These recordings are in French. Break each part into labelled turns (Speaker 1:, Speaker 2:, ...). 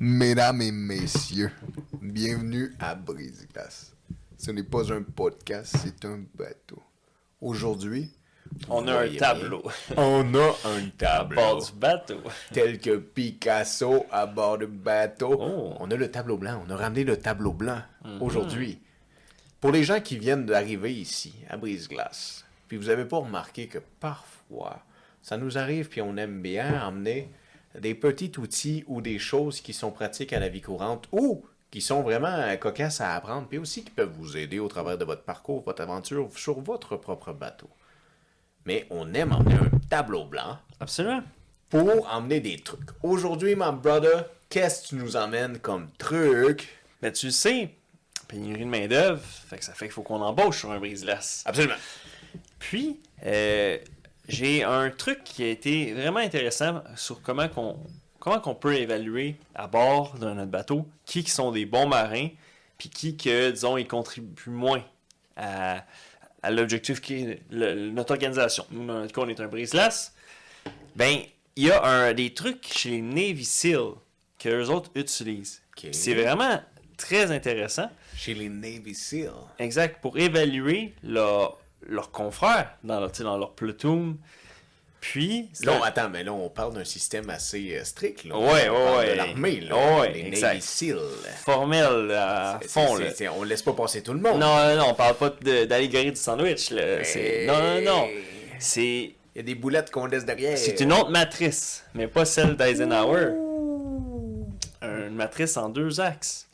Speaker 1: Mesdames et messieurs, bienvenue à Brise-Glace. Ce n'est pas un podcast, c'est un bateau. Aujourd'hui,
Speaker 2: On a un
Speaker 1: voyez
Speaker 2: tableau
Speaker 1: on a un
Speaker 2: à bord du bateau.
Speaker 1: tel que Picasso à bord de bateau.
Speaker 2: Oh.
Speaker 1: On a le tableau blanc. On a ramené le tableau blanc aujourd'hui. Pour les gens qui viennent d'arriver ici, à Brise-Glace, puis vous avez pas remarqué que parfois, ça nous arrive, puis on aime bien emmener des petits outils ou des choses qui sont pratiques à la vie courante ou qui sont vraiment euh, cocasses à apprendre, puis aussi qui peuvent vous aider au travers de votre parcours, votre aventure sur votre propre bateau. Mais on aime emmener un tableau blanc
Speaker 2: Absolument.
Speaker 1: pour emmener des trucs. Aujourd'hui, my brother, qu'est-ce que tu nous emmènes comme truc?
Speaker 2: Mais tu le sais, pénurie de main-d'œuvre, fait que ça fait qu'il faut qu'on embauche sur un brise-glace.
Speaker 1: Absolument.
Speaker 2: Puis, euh, j'ai un truc qui a été vraiment intéressant sur comment qu'on comment qu'on peut évaluer à bord de notre bateau qui qui sont des bons marins, puis qui que disons ils contribuent moins à, à l'objectif qui est le- notre organisation. Nous, dans notre cas, on est un brise-glace. Ben, il y a un, des trucs chez les Navy SEAL que les autres utilisent.
Speaker 1: Ok.
Speaker 2: Puis C'est vraiment très intéressant.
Speaker 1: Chez les Navy SEAL.
Speaker 2: Exact, pour évaluer leur, leurs confrères dans leur, tu sais, dans leur platoon. Puis.
Speaker 1: Là, on-
Speaker 2: ça-
Speaker 1: attends, mais là, on parle d'un système assez euh, strict. Là. on
Speaker 2: Ouais, ouais,
Speaker 1: parle de
Speaker 2: ouais.
Speaker 1: l'armée, là.
Speaker 2: Ouais,
Speaker 1: les Navy
Speaker 2: exact.
Speaker 1: SEAL.
Speaker 2: formel euh, à
Speaker 1: C'est-
Speaker 2: fond,
Speaker 1: c'est-
Speaker 2: là.
Speaker 1: c'est- on laisse pas passer tout le monde.
Speaker 2: Non, non, non, on parle pas de- d'allégorie du sandwich, là. C'est- Non, non, non. C'est
Speaker 1: Il y a des boulettes qu'on laisse derrière.
Speaker 2: C'est une autre matrice, mais pas celle d'Eisenhower. Une matrice en deux axes.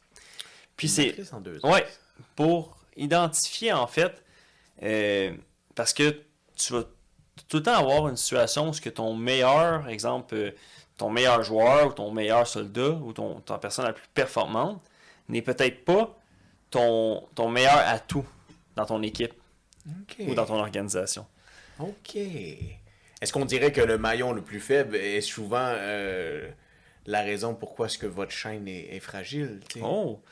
Speaker 2: Puis
Speaker 1: Une
Speaker 2: c'est.
Speaker 1: matrice en deux
Speaker 2: Ouais,
Speaker 1: axes.
Speaker 2: pour identifier en fait, euh, parce que tu vas tout le temps avoir une situation où ce que ton meilleur, exemple, euh, ton meilleur joueur ou ton meilleur soldat ou ton, ta personne la plus performante n'est peut-être pas ton, ton meilleur atout dans ton équipe
Speaker 1: OK.
Speaker 2: ou dans ton organisation.
Speaker 1: OK. Est-ce qu'on dirait que le maillon le plus faible est souvent euh, la raison pourquoi est-ce que votre chaîne est, est fragile? tu sais?
Speaker 2: Oh!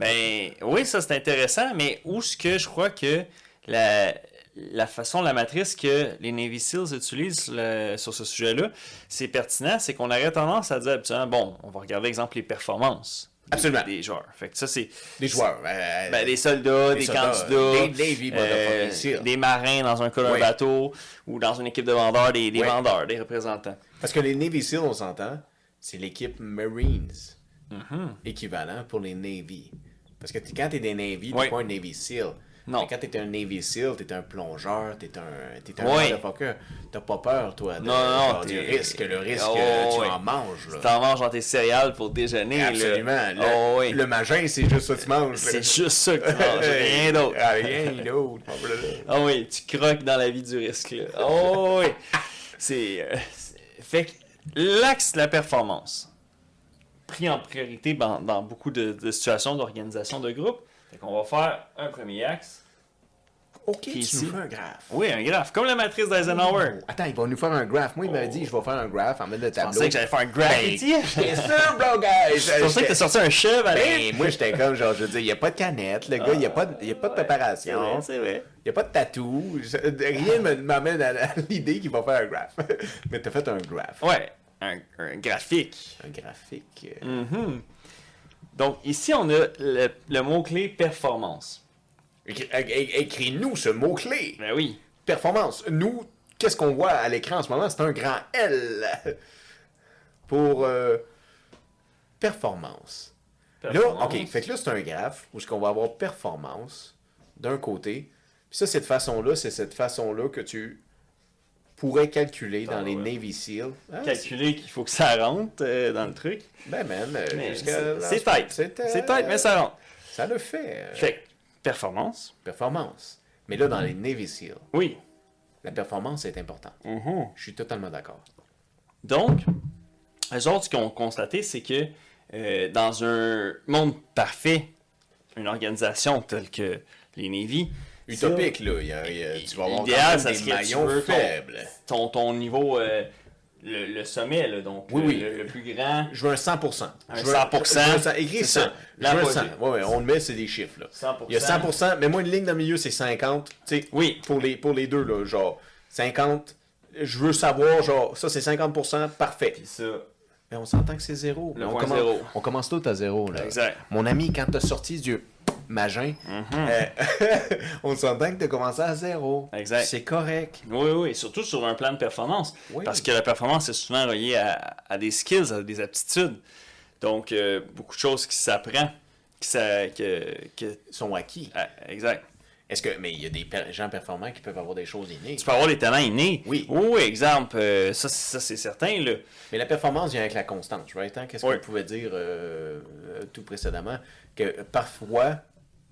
Speaker 2: Ben oui, ça c'est intéressant, mais où ce que je crois que la, la façon, la matrice que les Navy SEALs utilisent sur le- sur ce sujet-là, c'est pertinent, c'est qu'on aurait tendance à dire habituellement, bon, on va regarder exemple les performances. des-
Speaker 1: Absolument.
Speaker 2: Des, joueurs. Fait que ça, c'est.
Speaker 1: Des joueurs. euh,
Speaker 2: Ben, des soldats,
Speaker 1: Des
Speaker 2: des,
Speaker 1: soldats,
Speaker 2: candidats,
Speaker 1: des Navy,
Speaker 2: euh,
Speaker 1: motherfucking SEAL.
Speaker 2: des marins dans un cas d'un
Speaker 1: Ouais.
Speaker 2: bateau ou dans une équipe de vendeurs, des, des
Speaker 1: Ouais.
Speaker 2: vendeurs, des représentants.
Speaker 1: Parce que les Navy SEAL, on s'entend, c'est l'équipe Marines.
Speaker 2: Mm-hmm.
Speaker 1: Équivalent pour les Navy. Parce que t- quand t'es des Navy, t'es
Speaker 2: Ouais.
Speaker 1: pas un Navy SEAL.
Speaker 2: Non.
Speaker 1: Mais quand t'es un Navy SEAL, t'es un plongeur, t'es un, t'es un
Speaker 2: Ouais.
Speaker 1: motherfucker. T'as pas peur, toi, de,
Speaker 2: Non, non,
Speaker 1: genre, du
Speaker 2: t'es-
Speaker 1: risque. Le risque,
Speaker 2: Oh,
Speaker 1: euh, tu
Speaker 2: ouais.
Speaker 1: en manges. là.
Speaker 2: T'en manges dans tes céréales pour déjeuner. là.
Speaker 1: Absolument. Le,
Speaker 2: Oh, oui.
Speaker 1: le magin, c'est juste ça que tu manges.
Speaker 2: C'est juste ça que tu manges, rien d'autre.
Speaker 1: Ah, rien d'autre. Blablabla.
Speaker 2: Ah oui, tu croques dans la vie du risque. Là. Oh oui. C'est. euh, c'est- fait que l'axe de la performance, pris en priorité dans, dans beaucoup de, de situations d'organisation de groupe, fait qu'on va faire un premier axe.
Speaker 1: Ok, tu
Speaker 2: ici.
Speaker 1: nous fais un graphe.
Speaker 2: Oui, un graphe, comme la matrice d'Eisenhower.
Speaker 1: Oh, Attends, il va nous faire un graphe. Moi, il
Speaker 2: Oh.
Speaker 1: m'avait dit, je vais faire un graphe en mettre le
Speaker 2: Je
Speaker 1: tableau.
Speaker 2: pensais que j'allais faire un graphe.
Speaker 1: Ben,
Speaker 2: Étienne.
Speaker 1: J'étais sûr, bro, guys!
Speaker 2: Je pensais que t'as sorti un chef à
Speaker 1: Ben, moi, j'étais comme, genre, je veux dire, il n'y a pas de canette, le gars, il n'y a, pas de- y a pas de préparation,
Speaker 2: Ah, c'est vrai.
Speaker 1: il n'y a pas de tatou, je- rien ne m'amène à la- à l'idée qu'il va faire un graphe. Mais t'as fait un graphe.
Speaker 2: Ouais, un, un graphique.
Speaker 1: Un graphique. euh,
Speaker 2: Mm. Donc ici, on a le- le mot-clé performance.
Speaker 1: écri- é- é- Écris-nous ce mot-clé.
Speaker 2: Ben oui.
Speaker 1: Performance. Nous, qu'est-ce qu'on voit à l'écran en ce moment? C'est un grand L pour euh, performance. Là, OK, fait que là, c'est un graphe où ce qu'on va avoir performance d'un côté. Puis ça, cette façon-là, c'est cette façon-là que tu pourrais calculer dans les
Speaker 2: ouais.
Speaker 1: Navy SEAL. Ah,
Speaker 2: calculer qu'il faut que ça rentre euh, dans le truc.
Speaker 1: c'est- ben, man, euh,
Speaker 2: Mais
Speaker 1: jusqu'à là,
Speaker 2: C'est c'est tight.
Speaker 1: C'est euh,
Speaker 2: C'est tight, mais ça rentre.
Speaker 1: Ça le fait. euh,
Speaker 2: Fait Mm-hmm. que, performance.
Speaker 1: Performance. Mais là, dans les Navy SEAL,
Speaker 2: Oui.
Speaker 1: la performance est importante. Je suis totalement d'accord.
Speaker 2: Mhm. Donc, les autres, ce qu'on constaté, c'est que euh, dans un monde parfait, une organisation telle que les Navy,
Speaker 1: Utopique, là. il y a- il y a- tu vas avoir quand
Speaker 2: L'idéal,
Speaker 1: même
Speaker 2: ça
Speaker 1: des
Speaker 2: serait que tu
Speaker 1: maillons
Speaker 2: veux qu'on-
Speaker 1: faibles.
Speaker 2: ton, ton niveau, euh, le, le sommet, là, donc
Speaker 1: Oui,
Speaker 2: le,
Speaker 1: oui.
Speaker 2: le- le plus grand,
Speaker 1: Je veux un 100%.
Speaker 2: Un
Speaker 1: Je veux
Speaker 2: 100%,
Speaker 1: je veux un 100. Écris
Speaker 2: c'est
Speaker 1: 100.
Speaker 2: ça.
Speaker 1: Je veux un
Speaker 2: La
Speaker 1: 100.
Speaker 2: moitié.
Speaker 1: Ouais, ouais, on le met, c'est des chiffres. Là.
Speaker 2: 100%.
Speaker 1: Il y a 100%, mais moi, une ligne dans le milieu, c'est 50. Tu sais,
Speaker 2: Oui.
Speaker 1: Pour les, pour les deux, là, genre, 50, je veux savoir, genre, ça, c'est 50%, parfait.
Speaker 2: puis ça,
Speaker 1: Mais on s'entend que c'est zéro.
Speaker 2: Le
Speaker 1: Mais on,
Speaker 2: point
Speaker 1: commence,
Speaker 2: zéro.
Speaker 1: on commence tout à zéro. Là.
Speaker 2: Exact. Mm-hmm.
Speaker 1: Mon ami, quand t'as sorti du magin, euh, on s'entend que t'as commencé à zéro.
Speaker 2: Exact.
Speaker 1: C'est correct.
Speaker 2: Oui, oui, et surtout sur un plan de performance.
Speaker 1: Oui.
Speaker 2: Parce que la performance est souvent reliée à, à des skills, à des aptitudes. Donc, euh, beaucoup de choses qui s'apprend. Qui s'a- que, que-
Speaker 1: Ils sont acquis.
Speaker 2: ah, exact.
Speaker 1: Est-ce que. Mais il y a des per- gens performants qui peuvent avoir des choses innées.
Speaker 2: Tu peux avoir des talents innés.
Speaker 1: Oui.
Speaker 2: Oui, exemple. euh, ça, c'est- ça, c'est certain. Là.
Speaker 1: Mais la performance vient avec la constance, right? hein? Qu'est-ce
Speaker 2: Oui.
Speaker 1: qu'on pouvait dire euh, euh, tout précédemment? Que parfois,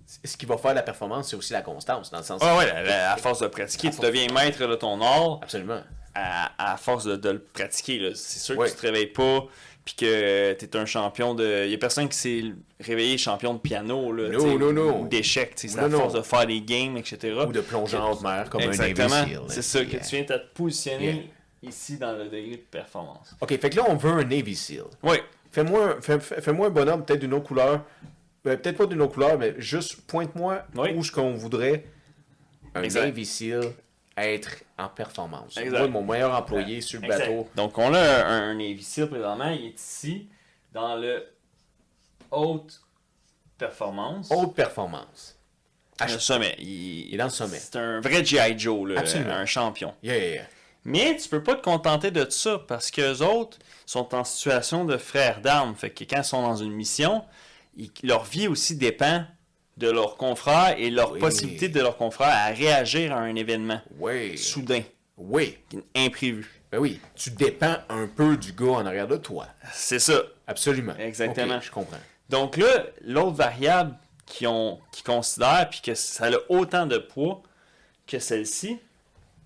Speaker 1: c- ce qui va faire la performance, c'est aussi la constance, dans le sens.
Speaker 2: Ah ouais, la- la- à force de pratiquer, tu deviens maître de ton art.
Speaker 1: Absolument.
Speaker 2: à, à force de, de le pratiquer. là. C'est sûr
Speaker 1: Ouais.
Speaker 2: que tu te réveilles pas, puis que tu es un champion de. Il y a personne qui s'est réveillé champion de piano, là,
Speaker 1: No,
Speaker 2: tu sais,
Speaker 1: no, no.
Speaker 2: ou d'échecs. tu sais, C'est
Speaker 1: No,
Speaker 2: à
Speaker 1: no.
Speaker 2: force de faire des games, etc.
Speaker 1: Ou de plonger en haute mer comme
Speaker 2: Ah. Exactement.
Speaker 1: un hein. imbécile.
Speaker 2: C'est ça, que
Speaker 1: Yeah.
Speaker 2: tu viens de te positionner ici dans le degré de performance.
Speaker 1: OK, fait que là, on veut un Navy SEAL.
Speaker 2: Oui,
Speaker 1: Fais-moi un, fais- fais- fais-moi un bonhomme, peut-être d'une autre couleur. Ben, peut-être pas d'une autre couleur, mais juste pointe-moi
Speaker 2: Oui.
Speaker 1: où ce qu'on voudrait un
Speaker 2: Exact.
Speaker 1: Navy SEAL être en performance.
Speaker 2: Exact.
Speaker 1: Moi, mon meilleur employé sur le
Speaker 2: exact.
Speaker 1: bateau.
Speaker 2: Donc, on a un, un Navy Seal présentement, il est ici, dans le haute performance.
Speaker 1: Haute performance.
Speaker 2: Le sommet. Il,
Speaker 1: Il est dans le sommet.
Speaker 2: C'est un vrai G.I. Joe, là,
Speaker 1: Absolument.
Speaker 2: un champion.
Speaker 1: Yeah, yeah, yeah.
Speaker 2: Mais tu peux pas te contenter de ça parce qu'eux autres sont en situation de frères d'armes. Fait que quand ils sont dans une mission, ils- leur vie aussi dépend de leurs confrères et leur
Speaker 1: Oui.
Speaker 2: possibilité de leurs confrères à réagir à un événement
Speaker 1: Oui.
Speaker 2: soudain,
Speaker 1: Oui.
Speaker 2: imprévu.
Speaker 1: Ben oui. Tu dépends un peu du gars en arrière de toi.
Speaker 2: C'est ça.
Speaker 1: Absolument.
Speaker 2: Exactement.
Speaker 1: Ok, je comprends.
Speaker 2: Donc là, l'autre variable qu'ils ont- qu'ils considèrent, puis que ça a autant de poids que celle-ci,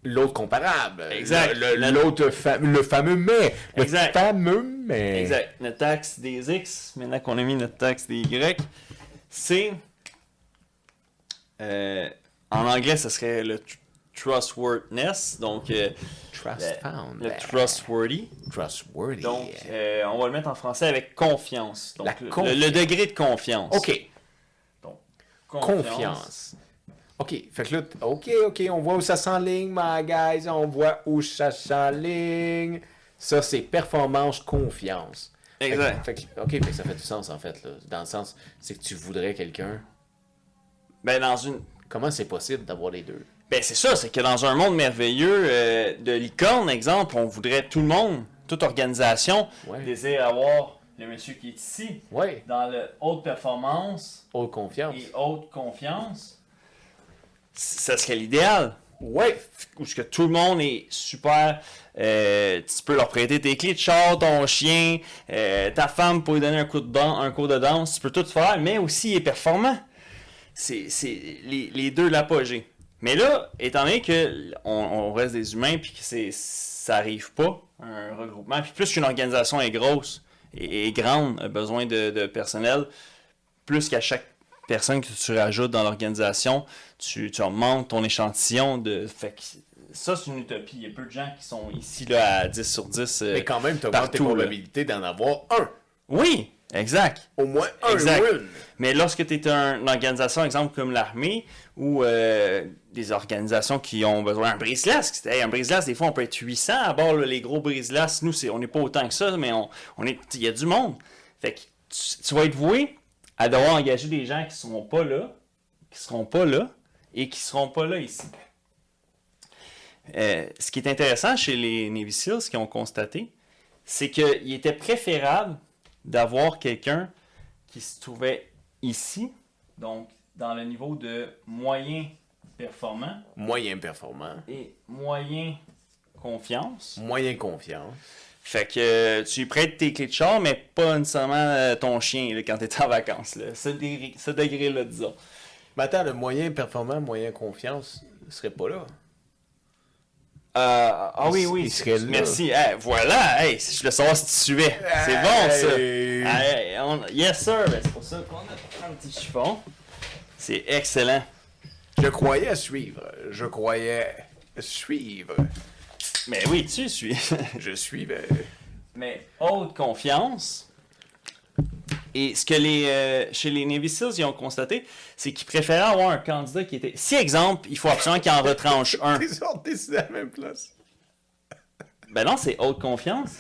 Speaker 1: L'autre comparable.
Speaker 2: Exact.
Speaker 1: Le, le-
Speaker 2: Le-
Speaker 1: l'autre fa- le fameux mais. Le
Speaker 2: Exact.
Speaker 1: fameux mais.
Speaker 2: Exact. Notre taxe des X, maintenant qu'on a mis notre taxe des Y, c'est. euh, en anglais, ça serait le tr- trustworthiness, donc euh,
Speaker 1: Trust found.
Speaker 2: le, le trustworthy.
Speaker 1: Trustworthy.
Speaker 2: Donc, euh, on va le mettre en français avec confiance. Donc,
Speaker 1: La
Speaker 2: le-
Speaker 1: confiance.
Speaker 2: Le, le degré de confiance.
Speaker 1: OK.
Speaker 2: Donc,
Speaker 1: Confiance. OK. Fait que là, t- OK, OK, on voit où ça s'enligne, my guys. On voit où ça s'enligne. Ça, c'est performance, confiance. Fait que-
Speaker 2: Exact.
Speaker 1: Fait que- OK, fait que ça fait du sens, en fait. Là. Dans le sens, c'est que tu voudrais quelqu'un.
Speaker 2: Ben, dans une.
Speaker 1: Comment c'est possible d'avoir les deux?
Speaker 2: Ben, c'est ça, c'est que dans un monde merveilleux euh, de licorne, exemple, on voudrait tout le monde, toute organisation,
Speaker 1: Ouais.
Speaker 2: désire avoir le monsieur qui est ici.
Speaker 1: Ouais.
Speaker 2: dans le haute performance
Speaker 1: Haute confiance.
Speaker 2: et euh, haute confiance, ça serait l'idéal.
Speaker 1: Ouais.
Speaker 2: Où ce que tout le monde est super. euh, tu peux leur prêter tes clés de char, ton chien, euh, ta femme pour lui donner un, coup de dan- un cours de danse. Tu peux tout faire, mais aussi il est performant. C'est c'est les, les deux l'apogée. Mais là, étant donné que l- on, on reste des humains puis que c'est ça arrive pas un regroupement, puis plus qu'une organisation est grosse et, et grande, a besoin de, de personnel, plus qu'à chaque personne que tu rajoutes dans l'organisation, tu, tu augmentes ton échantillon de. Fait que ça, c'est une utopie. Il y a peu de gens qui sont ici là, à 10 sur 10. euh,
Speaker 1: Mais quand même, tu tes
Speaker 2: partout, là.
Speaker 1: probabilités d'en avoir un.
Speaker 2: Oui, exact.
Speaker 1: Au moins un
Speaker 2: Exact.
Speaker 1: ou une.
Speaker 2: Mais lorsque tu es un- une organisation, exemple comme l'armée, ou euh, des organisations qui ont besoin d'un brise-glace, hey, un brise-glace, des fois on peut être 800 à bord, là, les gros brise-glace, nous c'est- on n'est pas autant que ça, mais on, on est, il y a du monde. Fait que tu, tu vas être voué à devoir engager des gens qui seront pas là, qui seront pas là, et qui seront pas là ici. Euh, ce qui est intéressant chez les Navy Seals, ce qu'ils ont constaté, c'est qu'il était préférable d'avoir quelqu'un qui se trouvait ici, donc dans le niveau de moyen performant
Speaker 1: Moyen performant.
Speaker 2: et moyen confiance.
Speaker 1: Moyen confiance.
Speaker 2: Fait que euh, tu lui prêtes tes clés de char, mais pas nécessairement euh, ton chien là, quand t'es en vacances. Là. Ce, degré, ce degré-là, disons.
Speaker 1: Mais attends, le moyen performant, moyen confiance, il serait pas là.
Speaker 2: ah oui, oui.
Speaker 1: il serait là.
Speaker 2: Merci. Eh, voilà. Hey, si je le savoir si tu suivais. C'est bon, ça.
Speaker 1: Hey.
Speaker 2: Hey, on- Yes, sir. Ben, c'est pour ça qu'on a un petit chiffon. C'est excellent.
Speaker 1: Je croyais suivre. Je croyais suivre.
Speaker 2: Mais oui, tu suis.
Speaker 1: Je suivais.
Speaker 2: Mais haute confiance. Et ce que les, euh, chez les Navy Seals, ils ont constaté, c'est qu'ils préféraient avoir un candidat qui était. Si, exemple, il faut absolument qu'il en retranche un.
Speaker 1: Ils ont décidé à la même place.
Speaker 2: Ben non, c'est haute confiance.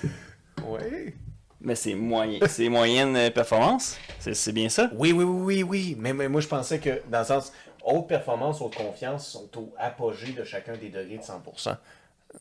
Speaker 1: Oui.
Speaker 2: Mais c'est moyen, c'est moyenne euh, performance. C'est, c'est bien ça.
Speaker 1: Oui, oui, oui, oui, oui. Mais, mais moi, je pensais que, dans le sens, haute performance, haute confiance sont au apogée de chacun des degrés de 100%.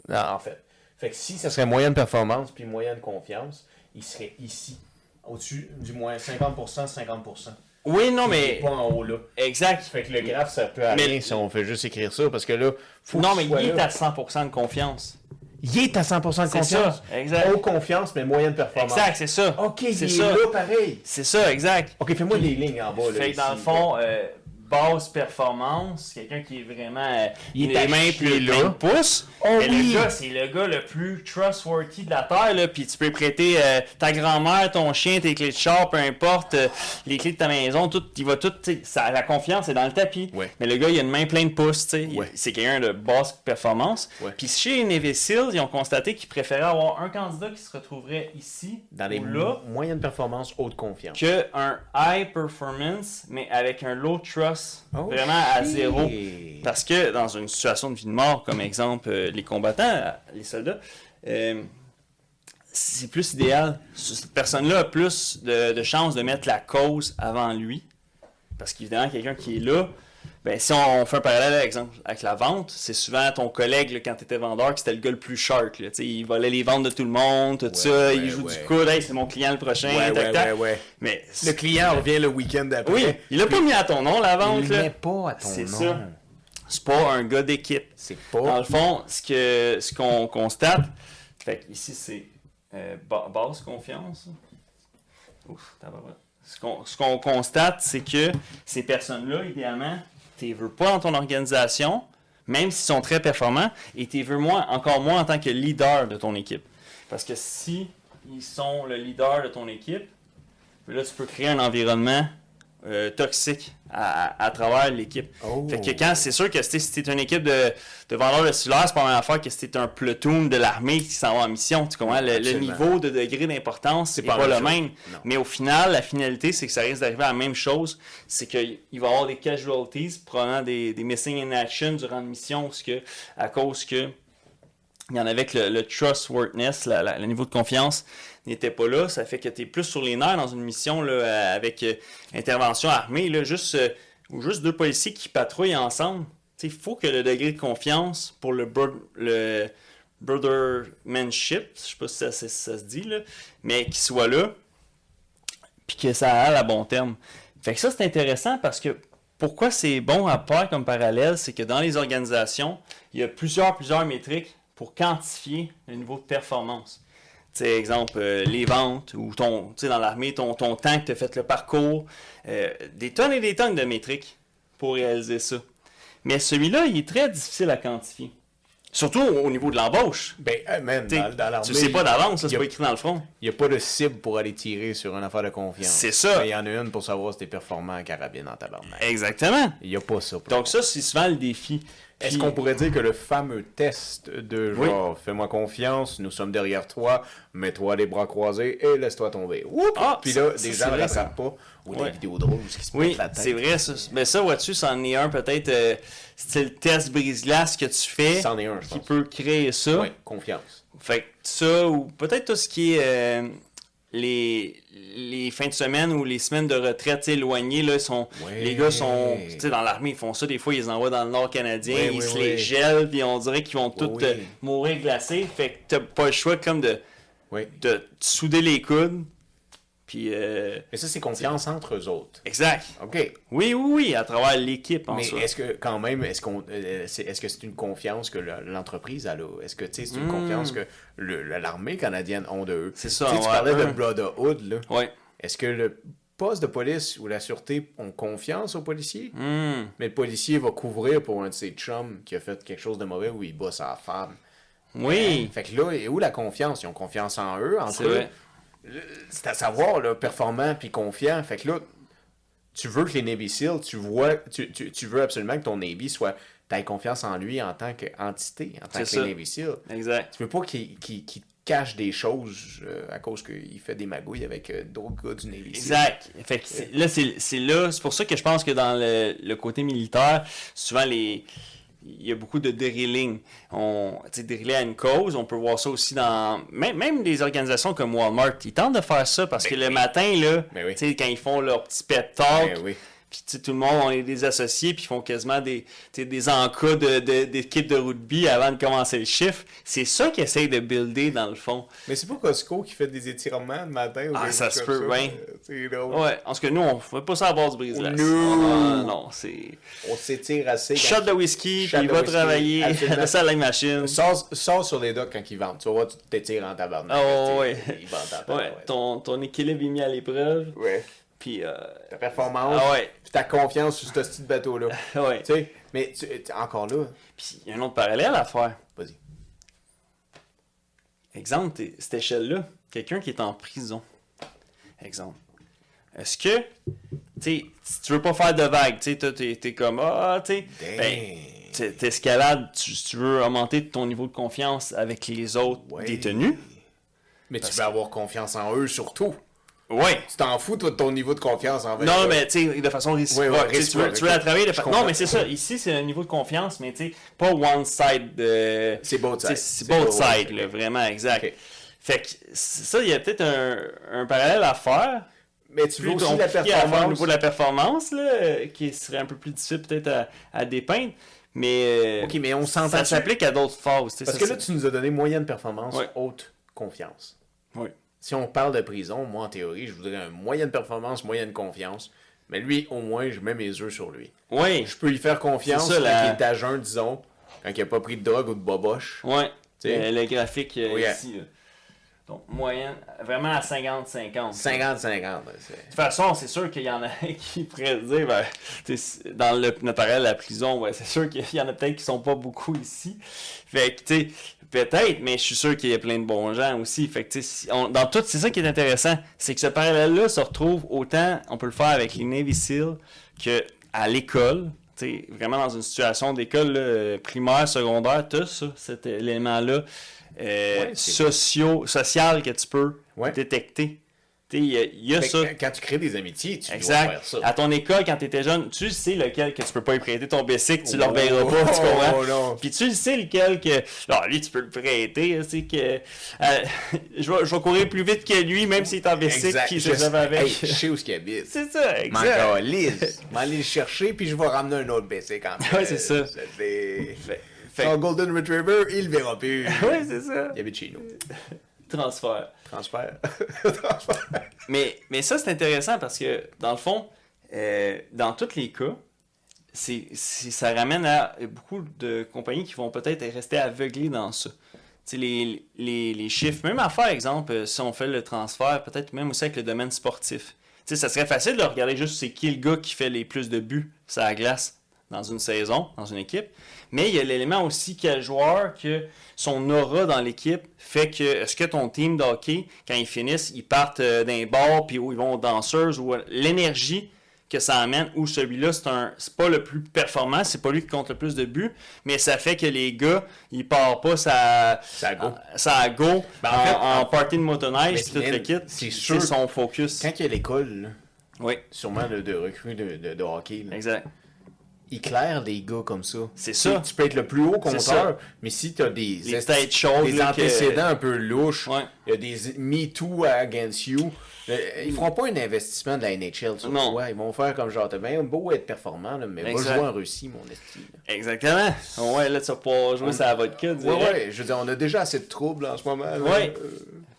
Speaker 1: Non, en fait. Fait que si ça serait moyenne performance puis moyenne confiance, il serait ici. Au-dessus du moins 50%, 50%.
Speaker 2: Oui, non,
Speaker 1: Il est
Speaker 2: mais.
Speaker 1: Pas en haut, là.
Speaker 2: Exact.
Speaker 1: Fait que le graphe, ça peut
Speaker 2: Mais-
Speaker 1: aller si on fait juste écrire ça, parce que là, faut
Speaker 2: Non,
Speaker 1: qu'il
Speaker 2: mais il
Speaker 1: soit
Speaker 2: est
Speaker 1: là.
Speaker 2: à 100% de confiance.
Speaker 1: Il est à 100% de
Speaker 2: C'est
Speaker 1: confiance.
Speaker 2: ça, exact.
Speaker 1: Haute confiance, mais moyenne performance.
Speaker 2: Exact, c'est ça.
Speaker 1: OK, il
Speaker 2: c'est
Speaker 1: est
Speaker 2: ça.
Speaker 1: là pareil.
Speaker 2: C'est ça, exact.
Speaker 1: OK, fais-moi des lignes en bas. Là,
Speaker 2: Fait que dans le
Speaker 1: ici.
Speaker 2: fond, euh, basse performance, quelqu'un qui est vraiment. euh,
Speaker 1: Il est
Speaker 2: les mains
Speaker 1: acheté
Speaker 2: plus
Speaker 1: là.
Speaker 2: pleines de pouces.
Speaker 1: Oh
Speaker 2: Mais
Speaker 1: oui!
Speaker 2: le gars, c'est le gars le plus trustworthy de la terre, là. Puis tu peux prêter euh, ta grand-mère, ton chien, tes clés de char, peu importe, euh, les clés de ta maison, tout. Il va tout. tu sais, Ça, la confiance est dans le tapis.
Speaker 1: Ouais.
Speaker 2: Mais le gars, il a une main pleine de pouces, tu sais. Il-
Speaker 1: Ouais.
Speaker 2: C'est quelqu'un de basse performance.
Speaker 1: Ouais.
Speaker 2: Puis chez Nevesil, ils ont constaté qu'ils préféraient avoir un candidat qui se retrouverait ici
Speaker 1: Dans les
Speaker 2: ou là
Speaker 1: mo- moyennes performances, haute confiance.
Speaker 2: que un high performance, mais avec un low trust,
Speaker 1: Oh,
Speaker 2: vraiment à
Speaker 1: shit.
Speaker 2: zéro. Parce que dans une situation de vie de mort, comme exemple euh, les combattants, euh, les soldats, euh, c'est plus idéal. Ce- Cette personne-là a plus de, de chances de mettre la cause avant lui. Parce qu'évidemment, quelqu'un qui est là, ben, si on, on fait un parallèle par exemple, avec la vente, c'est souvent ton collègue là, quand tu étais vendeur qui était le gars le plus shark. là. Tu sais, Il volait les ventes de tout le monde, tout ça,
Speaker 1: ouais,
Speaker 2: il joue du
Speaker 1: ouais.
Speaker 2: coude, Hey, c'est mon client le prochain,
Speaker 1: Ouais,
Speaker 2: tac,
Speaker 1: ouais,
Speaker 2: tac.
Speaker 1: ouais, ouais.
Speaker 2: Mais
Speaker 1: Le client revient le week-end d'après.
Speaker 2: oui, il l'a pas mis à ton nom la vente
Speaker 1: Il
Speaker 2: là.
Speaker 1: n'est pas à ton
Speaker 2: C'est
Speaker 1: nom.
Speaker 2: ça. C'est pas un gars d'équipe.
Speaker 1: C'est
Speaker 2: Dans
Speaker 1: pas.
Speaker 2: le fond, ce que ce qu'on constate, fait que ici c'est euh, ba- basse confiance. Ouf, tabarouette. Ce qu'on ce qu'on constate, c'est que ces personnes-là, idéalement, tu les veux pas dans ton organisation, même s'ils sont très performants, et tu les veux moins, encore moins en tant que leader de ton équipe. Parce que si ils sont le leader de ton équipe, là tu peux créer un environnement euh, toxique à- à- à travers l'équipe.
Speaker 1: Oh.
Speaker 2: Fait que quand c'est sûr que si t'es une équipe de, de vendeurs de cellulaires, c'est pas la même affaire que si t'es un platoon de l'armée qui s'en va en mission. Tu comprends? Le, le
Speaker 1: Absolument.
Speaker 2: niveau de degré d'importance, c'est pas,
Speaker 1: pas la
Speaker 2: le
Speaker 1: même
Speaker 2: même.
Speaker 1: chose. Non.
Speaker 2: Mais au final, la finalité, c'est que ça risque d'arriver à la même chose. C'est qu'il va y avoir des casualties, prenant des, des missing in action durant une mission, parce que, à cause que il y en avait que le, le trustworthiness, la- la- le niveau de confiance n'était pas là. Ça fait que tu es plus sur les nerfs dans une mission là, euh, avec euh, intervention armée, là, juste, euh, ou juste deux policiers qui patrouillent ensemble. Il faut que le degré de confiance pour le, bro- le brothermanship, je sais pas si ça, ça- ça se dit, là, mais qu'il soit là, puis que ça aille à bon terme. Fait que ça, c'est intéressant parce que pourquoi c'est bon à part comme parallèle, c'est que dans les organisations, il y a plusieurs, plusieurs métriques pour quantifier le niveau de performance. Tu sais, exemple, euh, les ventes ou ton, tu sais, dans l'armée, ton, ton temps que tu as fait le parcours, euh, des tonnes et des tonnes de métriques pour réaliser ça. Mais celui-là, il est très difficile à quantifier. Surtout au au niveau de l'embauche.
Speaker 1: Ben, hey, man,
Speaker 2: Tu sais,
Speaker 1: dans, dans l'armée,
Speaker 2: tu sais pas d'avance, là,
Speaker 1: y
Speaker 2: c'est
Speaker 1: a-
Speaker 2: pas écrit dans le front.
Speaker 1: il n'y a pas de cible pour aller tirer sur une affaire de confiance.
Speaker 2: C'est ça.
Speaker 1: Mais il y en a une pour savoir si t'es performant en carabine en tabarnak.
Speaker 2: Exactement.
Speaker 1: Il n'y a pas ça. pour-
Speaker 2: Donc ça, c'est souvent le défi.
Speaker 1: Est-ce
Speaker 2: Puis-
Speaker 1: qu'on pourrait dire que le fameux test de
Speaker 2: Oui.
Speaker 1: genre fais-moi confiance, nous sommes derrière toi, mets-toi les bras croisés et laisse-toi tomber. Oups!
Speaker 2: Ah,
Speaker 1: Puis
Speaker 2: ça-
Speaker 1: là,
Speaker 2: ça,
Speaker 1: des
Speaker 2: c'est
Speaker 1: gens ne
Speaker 2: vrai,
Speaker 1: rattrapent pas ou
Speaker 2: Ouais.
Speaker 1: des vidéos drôles ou ce qui se
Speaker 2: Oui,
Speaker 1: pète la tête.
Speaker 2: c'est vrai. ça. Mais ça, vois-tu, c'en est un peut-être, euh, style test brise-glace que tu fais,
Speaker 1: C'en est un, je
Speaker 2: qui
Speaker 1: pense.
Speaker 2: peut créer ça.
Speaker 1: Oui, confiance.
Speaker 2: Fait que ça, ou peut-être tout ce qui est euh, les, les fins de semaine ou les semaines de retraite tu sais, éloignées, là, sont,
Speaker 1: Ouais.
Speaker 2: les gars sont, tu sais, dans l'armée, ils font ça, des fois, ils les envoient dans le nord canadien,
Speaker 1: Ouais,
Speaker 2: ils
Speaker 1: ouais,
Speaker 2: se
Speaker 1: ouais.
Speaker 2: les gèlent, puis on dirait qu'ils vont tous
Speaker 1: ouais.
Speaker 2: euh, mourir glacés. Fait que t'as pas le choix comme de,
Speaker 1: Oui.
Speaker 2: de souder les coudes, puis... euh,
Speaker 1: Mais ça, c'est confiance entre eux autres.
Speaker 2: exact.
Speaker 1: OK.
Speaker 2: Oui, oui, oui, à travers l'équipe en
Speaker 1: Mais
Speaker 2: soi.
Speaker 1: est-ce que, quand même, est-ce qu'on, euh, c'est, est-ce que c'est une confiance que le- l'entreprise a là? Est-ce que, tu sais, c'est une confiance que le- le- l'armée canadienne ont de eux?
Speaker 2: Hmm. C'est ça,
Speaker 1: Tu sais, tu
Speaker 2: ouais,
Speaker 1: parlais de
Speaker 2: un.
Speaker 1: Brotherhood, là.
Speaker 2: Ouais.
Speaker 1: Est-ce que le poste de police ou la sûreté ont confiance aux policiers?
Speaker 2: Hmm.
Speaker 1: Mais le policier va couvrir pour un de ses chums qui a fait quelque chose de mauvais ou il bat sa femme.
Speaker 2: Oui.
Speaker 1: Fait que là, et où la confiance? Ils ont confiance en eux, entre
Speaker 2: C'est
Speaker 1: eux.
Speaker 2: vrai.
Speaker 1: Le- C'est à savoir, là, performant puis confiant. Fait que là, tu veux que les Navy SEAL, tu vois, tu, tu- tu veux absolument que ton Navy soit. T'aies confiance en lui en tant qu'entité, en tant que
Speaker 2: C'est ça.
Speaker 1: les Navy SEAL.
Speaker 2: Exact.
Speaker 1: Tu veux pas qu'il qu'il- qu'il te cache des choses euh, à cause qu'il fait des magouilles avec euh, d'autres gars du Navy SEAL.
Speaker 2: Exact. Fait que c'est- là, c'est c'est là. C'est pour ça que je pense que dans le, le côté militaire, souvent les, il y a beaucoup de drilling. On, tu sais, driller à une cause, on peut voir ça aussi dans. Même, même des organisations comme Walmart, ils tentent de faire ça parce que le matin, là,
Speaker 1: Ben oui.
Speaker 2: tu sais, quand ils font leur petit pep talk,
Speaker 1: Ben oui.
Speaker 2: puis tu sais, tout le monde, on est des associés, puis ils font quasiment des, tu sais, des encas de- de- d'équipes de, rugby avant de commencer le chiffre. C'est ça qu'ils essayent de builder dans le fond.
Speaker 1: Mais c'est pas Costco qui fait des étirements le matin ou
Speaker 2: Ah,
Speaker 1: quelque
Speaker 2: ça
Speaker 1: chose
Speaker 2: se
Speaker 1: comme
Speaker 2: peut,
Speaker 1: ça.
Speaker 2: ouais.
Speaker 1: Euh, C'est drôle.
Speaker 2: Ouais, en ce que nous, on fait pas ça à base de brise-glace.
Speaker 1: No.
Speaker 2: Ah, non, c'est.
Speaker 1: On s'étire assez.
Speaker 2: Shot de whisky,
Speaker 1: Shot
Speaker 2: puis il
Speaker 1: de
Speaker 2: va
Speaker 1: whisky,
Speaker 2: travailler
Speaker 1: absolument.
Speaker 2: à la machine.
Speaker 1: Sors, sors sur les docks quand ils vendent. Tu vas voir, tu t'étires en tabarnak.
Speaker 2: Ah
Speaker 1: Tu
Speaker 2: ouais.
Speaker 1: sais, Ils vendent en
Speaker 2: Ouais,
Speaker 1: tabarnak.
Speaker 2: ton, ton équilibre est mis à l'épreuve.
Speaker 1: Ouais.
Speaker 2: Puis, euh,
Speaker 1: Ta performance.
Speaker 2: ah ouais,
Speaker 1: Puis ta confiance sur ce petit bateau-là.
Speaker 2: ouais.
Speaker 1: tu sais, mais tu- tu- encore là,
Speaker 2: Puis, il y a un autre parallèle à faire.
Speaker 1: vas-y.
Speaker 2: Exemple, t'es- cette échelle-là, quelqu'un qui est en prison. Exemple. Est-ce que, tu sais, si tu veux pas faire de vagues, tu sais, toi, t'es t'es comme, ah, tu sais,
Speaker 1: Damn.
Speaker 2: ben, t'es- t'escalades, tu, si tu veux augmenter ton niveau de confiance avec les autres
Speaker 1: Ouais.
Speaker 2: détenus.
Speaker 1: Mais tu veux avoir confiance en eux surtout.
Speaker 2: Ouais,
Speaker 1: Tu t'en fous, toi, de ton niveau de confiance envers
Speaker 2: Non,
Speaker 1: eux.
Speaker 2: mais tu sais, de façon
Speaker 1: Ouais,
Speaker 2: réciproque.
Speaker 1: ouais,
Speaker 2: Tu sais, tu veux,
Speaker 1: réciproque,
Speaker 2: tu veux la
Speaker 1: ok.
Speaker 2: travailler de
Speaker 1: Je
Speaker 2: façon. Non,
Speaker 1: comprends.
Speaker 2: mais c'est ça. Ici, c'est un niveau de confiance, mais tu sais, pas one side. euh,
Speaker 1: C'est both
Speaker 2: tu sais,
Speaker 1: side.
Speaker 2: C'est
Speaker 1: C'est
Speaker 2: both
Speaker 1: pas one
Speaker 2: side,
Speaker 1: side,
Speaker 2: là,
Speaker 1: ok.
Speaker 2: vraiment, exact.
Speaker 1: Ok.
Speaker 2: Fait que c'est ça, il y a peut-être un, un parallèle à faire.
Speaker 1: Mais tu veux
Speaker 2: Plus
Speaker 1: aussi la
Speaker 2: compliqué à faire au
Speaker 1: performance.
Speaker 2: niveau de la performance, là, euh, qui serait un peu plus difficile peut-être à, à dépeindre. Mais. euh,
Speaker 1: Ok, mais on s'entend.
Speaker 2: Ça s'applique à d'autres phases. tu sais,
Speaker 1: Parce
Speaker 2: ça,
Speaker 1: que là,
Speaker 2: c'est-
Speaker 1: tu nous as donné moyenne performance,
Speaker 2: Ouais.
Speaker 1: haute confiance.
Speaker 2: Oui.
Speaker 1: Si on parle de prison, moi, en théorie, je voudrais un moyenne performance, moyenne confiance. Mais lui, au moins, je mets mes œufs sur lui.
Speaker 2: Oui.
Speaker 1: Je peux y faire confiance
Speaker 2: C'est ça,
Speaker 1: quand
Speaker 2: la-
Speaker 1: il est à jeun, disons, quand il n'a pas pris de drogue ou de boboche.
Speaker 2: Ouais.
Speaker 1: Tu sais.
Speaker 2: Euh, le graphique euh,
Speaker 1: Oh, yeah.
Speaker 2: ici. là. Donc, moyenne, vraiment à 50-50.
Speaker 1: 50-50. là, c'est-
Speaker 2: De toute façon, c'est sûr qu'il y en a qui pourraient se dire, ben, tu sais, dans le, notre parallèle à la prison, ouais, c'est sûr qu'il y en a peut-être qui sont pas beaucoup ici. Fait que, tu sais, peut-être, mais je suis sûr qu'il y a plein de bons gens aussi. Fait que, tu sais, si on- dans tout, c'est ça qui est intéressant, c'est que ce parallèle-là se retrouve autant, on peut le faire avec les Navy Seals que à l'école. Tu sais, vraiment dans une situation d'école là, euh, primaire, secondaire, tout ça, cet élément-là euh,
Speaker 1: Ouais, c'est-
Speaker 2: socio, social que tu peux
Speaker 1: Ouais.
Speaker 2: détecter. Tu sais, il y a, il y a
Speaker 1: Fait
Speaker 2: ça.
Speaker 1: que Quand tu crées des amitiés, tu dois
Speaker 2: Exact.
Speaker 1: faire ça.
Speaker 2: À ton école, quand t'étais jeune, tu sais lequel que tu peux pas y prêter ton bicycle, tu le
Speaker 1: Oh,
Speaker 2: reverras pas, tu
Speaker 1: oh,
Speaker 2: comprends?
Speaker 1: oh, non.
Speaker 2: Puis tu le sais lequel que. Non, lui, tu peux le prêter, hein, c'est que. euh, je, vais, je vais courir plus vite que lui, même s'il est en bicycle,
Speaker 1: Exact.
Speaker 2: puis je
Speaker 1: Je-
Speaker 2: savais avec.
Speaker 1: Hey, je sais où ce qu'il habite.
Speaker 2: c'est ça,
Speaker 1: M'en
Speaker 2: exact.
Speaker 1: calisse. M'en aller le chercher, puis je vais ramener un autre BC quand même.
Speaker 2: Ouais, c'est ça.
Speaker 1: C'est-
Speaker 2: Fait- fait-
Speaker 1: Son Golden Retriever, il le verra plus.
Speaker 2: Oh, Ouais, c'est ça.
Speaker 1: Il habite chez nous.
Speaker 2: Transfert.
Speaker 1: Transfert. Transfert.
Speaker 2: Mais, mais ça, c'est intéressant parce que, dans le fond, euh, dans tous les cas, c'est, c'est- ça ramène à beaucoup de compagnies qui vont peut-être rester aveuglées dans ça. Tu sais, les, les, les chiffres, même à faire, exemple, euh, si on fait le transfert, peut-être même aussi avec le domaine sportif. Tu sais, ça serait facile de regarder juste c'est qui le gars qui fait les plus de buts sur la glace dans une saison, dans une équipe. Mais il y a l'élément aussi quel joueur que son aura dans l'équipe fait que est-ce que ton team de hockey, quand ils finissent, ils partent euh, d'un bar puis où ils vont aux danseuses ou euh, l'énergie que ça amène ou celui-là c'est un c'est pas le plus performant, c'est pas lui qui compte le plus de buts, mais ça fait que les gars, ils partent pas ça
Speaker 1: Ça go.
Speaker 2: ça go
Speaker 1: Ben, en
Speaker 2: en,
Speaker 1: fait,
Speaker 2: en party de motoneige
Speaker 1: Mais
Speaker 2: puis tout le
Speaker 1: Lynn,
Speaker 2: kit.
Speaker 1: c'est sûr-
Speaker 2: son focus.
Speaker 1: Quand il y a l'école, là,
Speaker 2: Oui,
Speaker 1: sûrement de, de recrues de, de- de hockey, là,
Speaker 2: exact.
Speaker 1: ils clairent des gars comme ça.
Speaker 2: C'est
Speaker 1: Tu-
Speaker 2: ça.
Speaker 1: Tu peux être le plus haut
Speaker 2: C'est ça.
Speaker 1: compteur, mais si tu as des,
Speaker 2: Les
Speaker 1: esti-
Speaker 2: têtes chaudes,
Speaker 1: des
Speaker 2: là, que-
Speaker 1: antécédents un peu louches, il
Speaker 2: Ouais.
Speaker 1: y a des Me Too against you, euh, ils feront pas un investissement de la NHL sur
Speaker 2: Mm. Non.
Speaker 1: toi. Ils vont faire comme genre, t'as bien beau être performant, là, mais va
Speaker 2: Exact.
Speaker 1: jouer en Russie, mon esti. là.
Speaker 2: Exactement. Ouais, là tu vas pouvoir jouer ça à vodka
Speaker 1: Ouais,
Speaker 2: direct.
Speaker 1: ouais, je veux dire, on a déjà assez de troubles en ce moment. là.
Speaker 2: Ouais.
Speaker 1: Euh,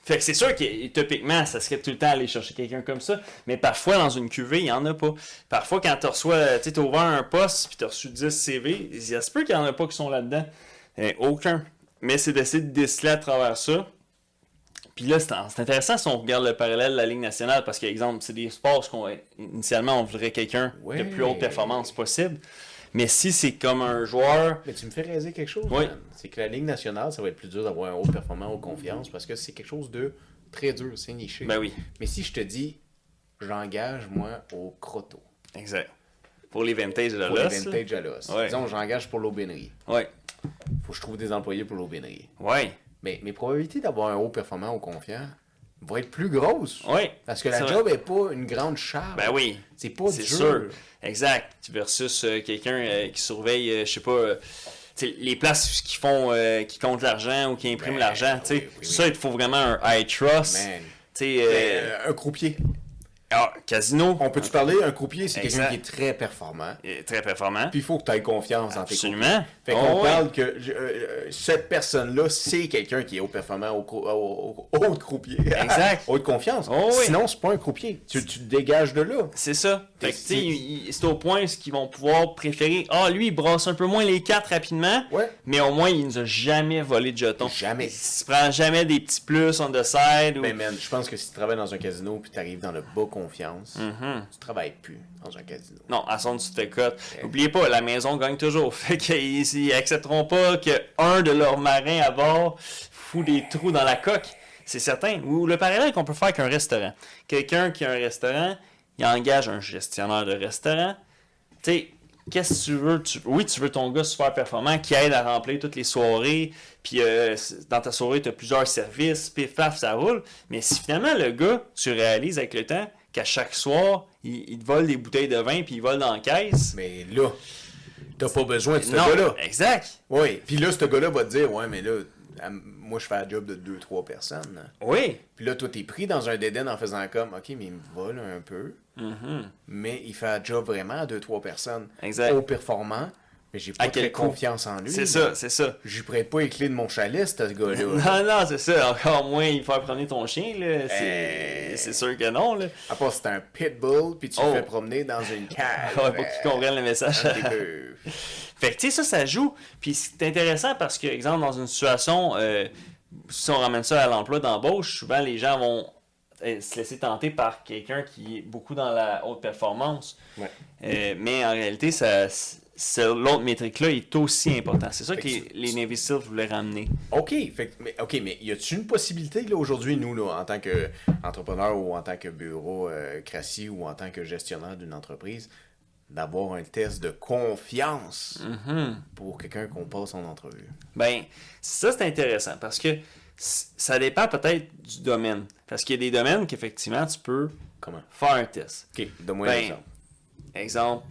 Speaker 2: Fait que c'est sûr que topiquement, ça serait tout le temps aller chercher quelqu'un comme ça, mais parfois dans une cuvée, il n'y en a pas. Parfois, quand tu reçois, tu sais, t'as ouvert un poste puis tu as reçu 10 CV, il y a se peut qu'il n'y en a pas qui sont là-dedans. Euh, aucun. Mais c'est d'essayer de déceler à travers ça. Puis là, c'est c'est intéressant si on regarde le parallèle de la Ligue nationale, parce qu'exemple, c'est des sports qu'on initialement on voudrait quelqu'un de
Speaker 1: Ouais.
Speaker 2: plus haute performance possible. Mais si c'est comme un joueur
Speaker 1: Mais tu me fais réaliser quelque chose,
Speaker 2: Oui.
Speaker 1: man. C'est que la Ligue nationale, ça va être plus dur d'avoir un haut performant haut confiance parce que c'est quelque chose de très dur, c'est niché.
Speaker 2: Ben oui.
Speaker 1: Mais si je te dis, j'engage, moi, au crotto,
Speaker 2: Exact. Pour les vintage de la
Speaker 1: pour les
Speaker 2: Losse, là.
Speaker 1: vintage à l'os.
Speaker 2: Ouais.
Speaker 1: Disons, j'engage pour l'aubainerie.
Speaker 2: Ouais.
Speaker 1: Faut que je trouve des employés pour l'aubainerie.
Speaker 2: Ouais.
Speaker 1: Mais mes probabilités d'avoir un haut performant haut confiant va être plus grosse.
Speaker 2: Oui.
Speaker 1: Parce que la
Speaker 2: Ça-
Speaker 1: job n'est pas une grande charge.
Speaker 2: Ben oui.
Speaker 1: C'est pas
Speaker 2: C'est
Speaker 1: dur.
Speaker 2: sûr. Exact. Versus euh, quelqu'un euh, qui surveille, euh, je sais pas, euh, tu sais, les places qui font, euh, qui comptent l'argent ou qui impriment
Speaker 1: Ben,
Speaker 2: l'argent. tu sais.
Speaker 1: oui, oui,
Speaker 2: Ça, il te faut vraiment un high trust.
Speaker 1: Man.
Speaker 2: Tu sais, euh,
Speaker 1: Euh, un croupier.
Speaker 2: ah, casino,
Speaker 1: On peut-tu parler? Un croupier, c'est quelqu'un
Speaker 2: Exact.
Speaker 1: qui est très performant.
Speaker 2: euh, très performant.
Speaker 1: Puis il faut que tu aies confiance en tes croupiers.
Speaker 2: Absolument.
Speaker 1: Fait qu'on
Speaker 2: Oh, ouais.
Speaker 1: parle que je- euh, euh, cette personne-là, c'est quelqu'un qui est haut performant, au crou- au- au- haut croupier.
Speaker 2: Exact.
Speaker 1: Haute confiance.
Speaker 2: Oh oui.
Speaker 1: Sinon, c'est pas un croupier. Tu, tu te dégages de là.
Speaker 2: C'est ça. Fait que, tu
Speaker 1: C'est-
Speaker 2: sais, il- il- c'est au point ce qu'ils vont pouvoir préférer. Ah, lui, il brasse un peu moins les cartes rapidement.
Speaker 1: Ouais.
Speaker 2: Mais au moins, il nous a jamais volé de jetons.
Speaker 1: Jamais.
Speaker 2: Il se prend jamais des petits plus on the side. Ou...
Speaker 1: Ben, man, je pense que si tu travailles dans un casino puis tu arrives dans le bas confiance,
Speaker 2: Mhm.
Speaker 1: tu travailles plus dans un casino.
Speaker 2: Non, à son tu te cotes.
Speaker 1: Ben.
Speaker 2: Oubliez pas, la maison gagne toujours. Fait qu'ils ils accepteront pas que un de leurs marins à bord fout des trous dans la coque. C'est certain. Ou le parallèle qu'on peut faire avec un restaurant. Quelqu'un qui a un restaurant, il engage un gestionnaire de restaurant. Tu sais, qu'est-ce que tu veux? Tu- Oui, tu veux ton gars super performant qui aide à remplir toutes les soirées. Puis euh, c'est- dans ta soirée, tu as plusieurs services. Pif, paf, ça roule. Mais si finalement, le gars, tu réalises avec le temps qu'à chaque soir, il, il te vole des bouteilles de vin puis il vole dans la caisse.
Speaker 1: Mais là, t'as pas besoin de ce
Speaker 2: non,
Speaker 1: gars-là.
Speaker 2: exact.
Speaker 1: Oui. Puis là, ce gars-là va te dire Ouais, mais là, à- moi, je fais un job de 2-3 personnes.
Speaker 2: Oui.
Speaker 1: Puis là, toi, t'es pris dans un déden en faisant comme Ok, mais il me vole un peu. Mais il fait un job vraiment à 2-3 personnes.
Speaker 2: Mm-hmm. Exact.
Speaker 1: Haut performant. Mais j'ai pas
Speaker 2: À quel
Speaker 1: très
Speaker 2: coût?
Speaker 1: confiance en lui.
Speaker 2: C'est ça, c'est ça.
Speaker 1: Je lui prête pas les clés de mon chalet, ce gars-là.
Speaker 2: Non, non, c'est ça. Encore moins il faire promener ton chien, là. C'est
Speaker 1: Hey.
Speaker 2: c'est sûr que non, là.
Speaker 1: à part si t'es un pitbull, puis tu
Speaker 2: Oh.
Speaker 1: le fais promener dans une cage.
Speaker 2: Pour qu'ils comprennent le message.
Speaker 1: Un petit peu.
Speaker 2: Fait que, tu sais, ça, ça joue. Puis c'est intéressant parce que, exemple, dans une situation, euh, si on ramène ça à l'emploi d'embauche, souvent les gens vont euh, se laisser tenter par quelqu'un qui est beaucoup dans la haute performance.
Speaker 1: Ouais.
Speaker 2: Euh, mais en réalité, ça, c- ce- l'autre métrique-là est aussi important. C'est ça
Speaker 1: Fait
Speaker 2: que
Speaker 1: que
Speaker 2: les,
Speaker 1: tu-
Speaker 2: les Navy Seals voulaient ramener.
Speaker 1: OK, fait, que- mais, ok, mais y a-t-il une possibilité là, aujourd'hui, nous, là, en tant qu'entrepreneur ou en tant que bureau euh, crassi ou en tant que gestionnaire d'une entreprise, d'avoir un test de confiance pour quelqu'un qu'on passe en entrevue?
Speaker 2: Ben, ça, c'est intéressant parce que c- ça dépend peut-être du domaine. Parce qu'il y a des domaines qu'effectivement, tu peux
Speaker 1: Comment?
Speaker 2: faire un test.
Speaker 1: OK, donne-moi un
Speaker 2: Ben,
Speaker 1: exemple.
Speaker 2: Exemple,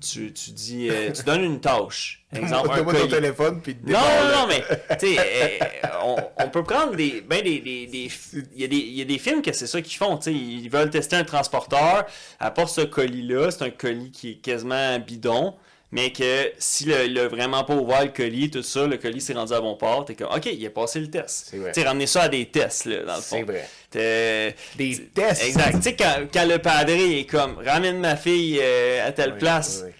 Speaker 2: tu, tu dis, euh, tu donnes une tâche. Exemple, un
Speaker 1: donne-moi ton
Speaker 2: collier.
Speaker 1: téléphone, puis
Speaker 2: Non, non, non, mais, tu sais, euh, on, on peut prendre des. Ben, des. des, des il, y a des il y a des films que c'est ça qu'ils font, tu sais. Ils veulent tester un transporteur. Apporte ce colis-là, c'est un colis qui est quasiment bidon. Mais que si le, le vraiment pas ouvert le colis, tout ça, le colis s'est rendu à bon port, t'es comme, OK, il a passé le test.
Speaker 1: C'est vrai.
Speaker 2: Tu sais, ramener ça à des tests, là, dans le fond.
Speaker 1: C'est vrai.
Speaker 2: T'es-
Speaker 1: Des
Speaker 2: t'es-
Speaker 1: tests.
Speaker 2: Exact. Tu sais, quand, quand le padré est comme, ramène ma fille euh, à telle
Speaker 1: Oui,
Speaker 2: place.
Speaker 1: oui,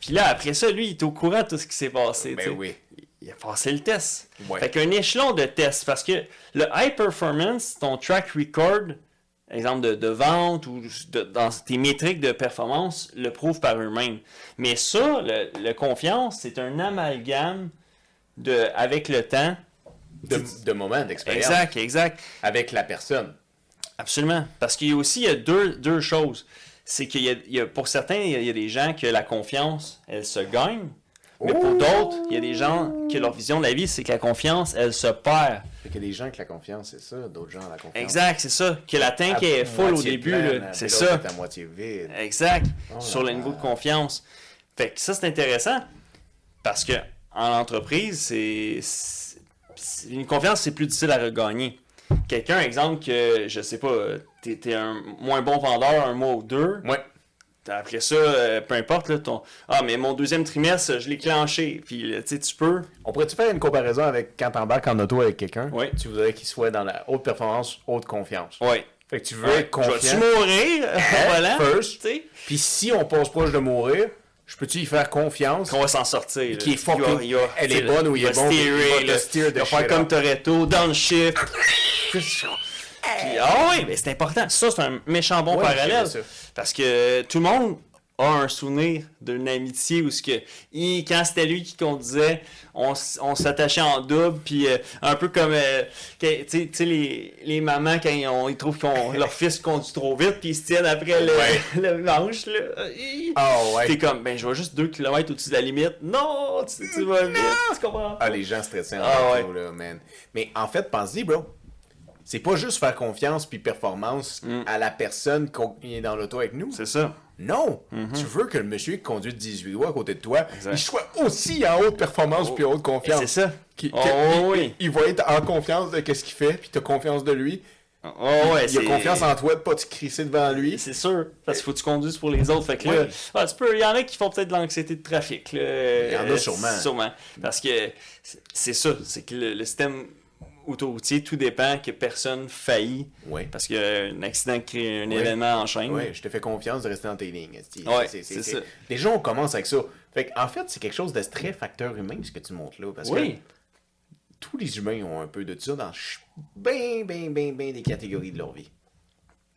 Speaker 2: Puis là, après ça, lui, il est au courant de tout ce qui s'est passé.
Speaker 1: Ben
Speaker 2: tu sais.
Speaker 1: oui.
Speaker 2: Il a passé le test.
Speaker 1: Ouais.
Speaker 2: Fait qu'un échelon de test, parce que le high performance, ton track record, exemple de, de vente ou de- dans tes métriques de performance, le prouve par eux-mêmes. Mais ça, le, le confiance, c'est un amalgame de, avec le temps.
Speaker 1: De, de moments d'expérience
Speaker 2: Exact, exact.
Speaker 1: avec la personne.
Speaker 2: Absolument. Parce qu'il y a aussi il y a deux, deux choses. C'est qu'il y a, il y a- pour certains, il y, a, il y a des gens que la confiance, elle se gagne. Mais pour
Speaker 1: Ouh.
Speaker 2: d'autres, il y a des gens que leur vision de la vie, c'est que la confiance, elle se perd.
Speaker 1: Fait qu'il y a des gens que la confiance, c'est ça, d'autres gens, la confiance.
Speaker 2: Exact, c'est ça. Que la tank est full au début, là. c'est ça.
Speaker 1: à moitié vide.
Speaker 2: Exact.
Speaker 1: Oh
Speaker 2: sur
Speaker 1: là
Speaker 2: le niveau
Speaker 1: là.
Speaker 2: de confiance. Fait que ça, c'est intéressant. Parce que en entreprise, c'est. c'est- c'est- Une confiance, c'est plus difficile à regagner. Quelqu'un, exemple, que, je sais pas, t'es t'es un moins bon vendeur un mois ou deux,
Speaker 1: Ouais.
Speaker 2: après ça, euh, peu importe, là, ton. Ah, mais mon deuxième trimestre, je l'ai clenché. Puis, là, tu sais, tu peux.
Speaker 1: On pourrait-tu faire une comparaison avec quand t'embarques en auto avec quelqu'un?
Speaker 2: Oui.
Speaker 1: Tu voudrais qu'il soit dans la haute performance, haute confiance. Hein?
Speaker 2: Ouais.
Speaker 1: Fait que tu veux
Speaker 2: Ouais,
Speaker 1: être confiant. Hein?
Speaker 2: Je vais-tu mourir? voilà.
Speaker 1: first.
Speaker 2: Tu sais,
Speaker 1: Puis si on passe proche de mourir, je peux-tu y faire confiance?
Speaker 2: qu'on va s'en sortir.
Speaker 1: Qui est fucking- elle est bonne ou il est bon, il va te
Speaker 2: Il
Speaker 1: steer
Speaker 2: va
Speaker 1: de
Speaker 2: steerer, là. Il va faire
Speaker 1: shit
Speaker 2: comme
Speaker 1: up.
Speaker 2: Toretto, downshift. Puis, ah oui, mais c'est important. Ça, c'est un méchant bon
Speaker 1: Ouais,
Speaker 2: parallèle.
Speaker 1: j'aime ça.
Speaker 2: Parce que tout le monde a un souvenir d'une amitié où ce que il- quand c'était lui qui conduisait, on, s- on s'attachait en double, puis euh, un peu comme euh, que- tu sais- tu sais, les, les mamans quand ils, ont- ils trouvent que leur fils conduit trop vite, puis ils se tiennent après le, le manche. Là.
Speaker 1: Ah ouais.
Speaker 2: T'es comme, ben je vais juste 2 km au-dessus de la limite. Non, tu, tu vas vite, tu comprends?
Speaker 1: Ah, les gens stressés en
Speaker 2: Ah,
Speaker 1: auto, là, man. Mais en fait, pense-y, bro. C'est pas juste faire confiance puis performance
Speaker 2: Mm.
Speaker 1: à la personne qu'on- qui est dans l'auto avec nous.
Speaker 2: C'est ça.
Speaker 1: Non! Tu veux que le monsieur qui conduit 18 doigts à côté de toi,
Speaker 2: Exact.
Speaker 1: il soit aussi en haute performance puis en haute
Speaker 2: Et
Speaker 1: confiance.
Speaker 2: C'est ça.
Speaker 1: Qui-
Speaker 2: oh,
Speaker 1: qui- il,
Speaker 2: oui.
Speaker 1: il va être en confiance de qu'est-ce qu'il fait, puis t'as confiance de lui.
Speaker 2: Oh, ouais,
Speaker 1: il a
Speaker 2: c'est-
Speaker 1: confiance en toi de pas te crisser devant lui.
Speaker 2: C'est sûr, parce qu'il faut que tu conduises pour les autres. Fait que là,
Speaker 1: Oui.
Speaker 2: ah, tu peux, il y en a qui font peut-être de l'anxiété de trafic. là.
Speaker 1: Il y en a
Speaker 2: Euh,
Speaker 1: sûrement.
Speaker 2: Parce que c'est- c'est ça, c'est que le, le système autoroutier, tout dépend que personne faillit.
Speaker 1: Ouais.
Speaker 2: Parce qu'il y a un accident qui crée un
Speaker 1: Oui.
Speaker 2: événement en chaîne.
Speaker 1: Ouais, je te fais confiance de rester dans tes lignes. esti.
Speaker 2: Ouais,
Speaker 1: C'est- c'est-
Speaker 2: c'est
Speaker 1: c'est-
Speaker 2: ça.
Speaker 1: Déjà, on commence avec ça. Fait que, en fait, c'est quelque chose de très facteur humain, ce que tu montres là. Parce
Speaker 2: Oui.
Speaker 1: que tous les humains ont un peu de ça dans ch- ben, ben, ben, ben des catégories de leur vie.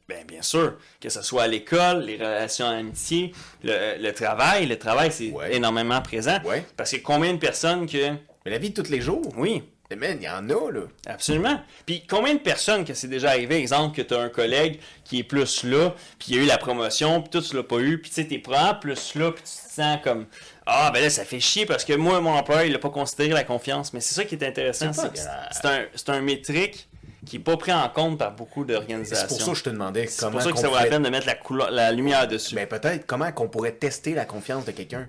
Speaker 2: Ben, bien sûr, que ce soit à l'école, les relations amitié, le, le travail. Le travail, c'est
Speaker 1: Ouais.
Speaker 2: énormément présent.
Speaker 1: Ouais.
Speaker 2: Parce que combien de personnes que.
Speaker 1: Mais la vie de tous les jours,
Speaker 2: Oui,
Speaker 1: eh man, il y en a, là.
Speaker 2: Absolument. Puis combien de personnes que c'est déjà arrivé, exemple, que tu as un collègue qui est plus là, puis il a eu la promotion, puis toi tu l'as pas eu, puis tu sais, t'es probablement plus là, puis tu te sens comme Ah, ben là, ça fait chier parce que moi, mon employeur, il a pas considéré la confiance. Mais c'est ça qui est intéressant.
Speaker 1: C'est pas
Speaker 2: c'est que
Speaker 1: grave.
Speaker 2: C'est un, c'est un métrique qui est pas pris en compte par beaucoup d'organisations.
Speaker 1: C'est pour ça que je te demandais
Speaker 2: C'est
Speaker 1: comment
Speaker 2: pour ça que
Speaker 1: qu'on
Speaker 2: ça vaut la
Speaker 1: pourrait-
Speaker 2: peine de mettre la, couleur, la lumière dessus.
Speaker 1: Ben, peut-être, comment qu'on pourrait tester la confiance de quelqu'un.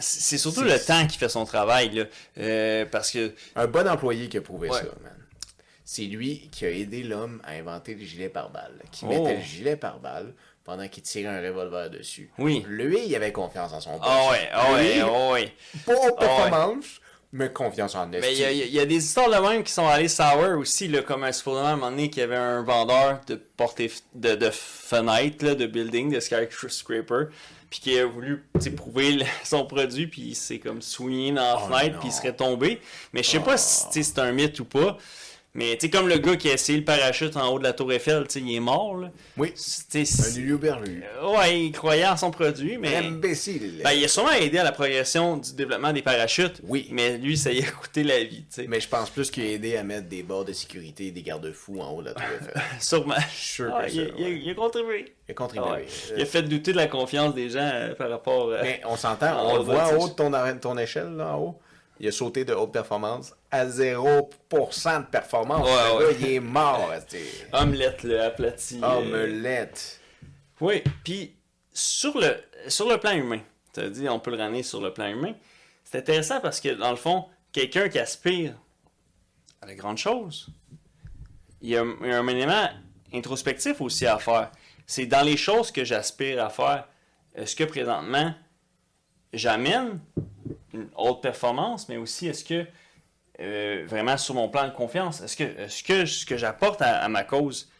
Speaker 2: C'est c'est surtout
Speaker 1: c'est-
Speaker 2: le temps qui fait son travail, là. Euh, parce que
Speaker 1: Un bon employé qui a prouvé
Speaker 2: Ouais.
Speaker 1: ça, man. C'est lui qui a aidé l'homme à inventer le gilet pare-balles. Qui
Speaker 2: Oh.
Speaker 1: mettait le gilet pare-balles pendant qu'il tirait un revolver dessus.
Speaker 2: Oui.
Speaker 1: Lui, il avait confiance en son boss.
Speaker 2: Ah ouais, ah ouais,
Speaker 1: Lui,
Speaker 2: ah ouais.
Speaker 1: Pas aux performances, mais confiance en
Speaker 2: Mais Ben, il y, a-
Speaker 1: esti.
Speaker 2: il y a- il y a des histoires de même qui sont allées sour aussi, là, comme supposément à un moment donné qu'il y avait un vendeur de portée f- de, de fenêtres, là, de building, de skyscraper, puis qui a voulu tu sais, prouver le- son produit, puis il s'est comme soigné dans la
Speaker 1: Oh
Speaker 2: fenêtre,
Speaker 1: non.
Speaker 2: puis il serait tombé. Mais je sais pas si tu sais, c'est un mythe ou pas. Mais tu sais, comme le gars qui a essayé le parachute en haut de la tour Eiffel, tu sais, il est mort. Là.
Speaker 1: Oui,
Speaker 2: Tu sais,
Speaker 1: un
Speaker 2: c'est-
Speaker 1: huluberlu.
Speaker 2: Euh, ouais, il croyait en son produit, mais...
Speaker 1: Imbécile.
Speaker 2: Ben, il a sûrement aidé à la progression du développement des parachutes.
Speaker 1: Oui.
Speaker 2: Mais lui, ça y a coûté la vie, tu sais.
Speaker 1: Mais je pense plus qu'il a aidé à mettre des barres de sécurité et des garde-fous en haut de la tour Eiffel.
Speaker 2: Sûrement.
Speaker 1: Sûr que
Speaker 2: Ah, il, a-
Speaker 1: ça,
Speaker 2: il a-
Speaker 1: ouais.
Speaker 2: il a contribué.
Speaker 1: Il a contribué.
Speaker 2: Ah ouais.
Speaker 1: Euh, ben,
Speaker 2: Il a fait douter de la confiance des gens euh, par rapport. euh,
Speaker 1: Mais on s'entend,
Speaker 2: Ah,
Speaker 1: on le
Speaker 2: ouais,
Speaker 1: voit
Speaker 2: c'est-
Speaker 1: en haut de ton, arè- ton échelle, là, en haut. Il a sauté de haute performance à 0% de performance.
Speaker 2: Ouais,
Speaker 1: Le
Speaker 2: ouais.
Speaker 1: gars, il est mort. esti.
Speaker 2: Omelette, le aplati. euh,
Speaker 1: Omelette.
Speaker 2: Oui. Puis, sur le, sur le plan humain, tu as dit, on peut le ramener sur le plan humain. C'est intéressant parce que, dans le fond, quelqu'un qui aspire à la grande chose, il y a, il y a un élément introspectif aussi à faire. C'est dans les choses que j'aspire à faire, est-ce que présentement, j'amène une haute performance, mais aussi est-ce que euh, vraiment sur mon plan de confiance, est-ce que, est-ce que ce que j'apporte à, à ma cause,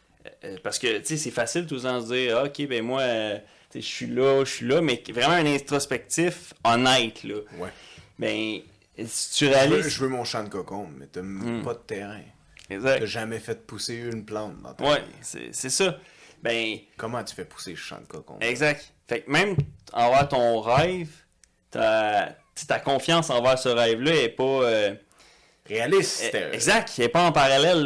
Speaker 2: euh, parce que tu sais, c'est facile tout le temps de se dire, Ah, ok, ben moi, euh, tu sais, je suis là, je suis là, mais vraiment un introspectif honnête, là.
Speaker 1: Ouais.
Speaker 2: Ben, si tu
Speaker 1: Je veux,
Speaker 2: réalises.
Speaker 1: je veux mon champ de cocon, mais t'as
Speaker 2: Hmm.
Speaker 1: m- pas de terrain.
Speaker 2: Exact.
Speaker 1: T'as jamais fait pousser une plante dans ta
Speaker 2: Ouais,
Speaker 1: vie.
Speaker 2: c'est c'est ça. Ben,
Speaker 1: Comment tu fais pousser le champ de cocon?
Speaker 2: exact. Fait que même envers ton rêve, ta, t'sais, ta confiance envers ce rêve-là est pas. euh,
Speaker 1: Réaliste.
Speaker 2: eh,
Speaker 1: euh,
Speaker 2: exact, elle est pas en parallèle.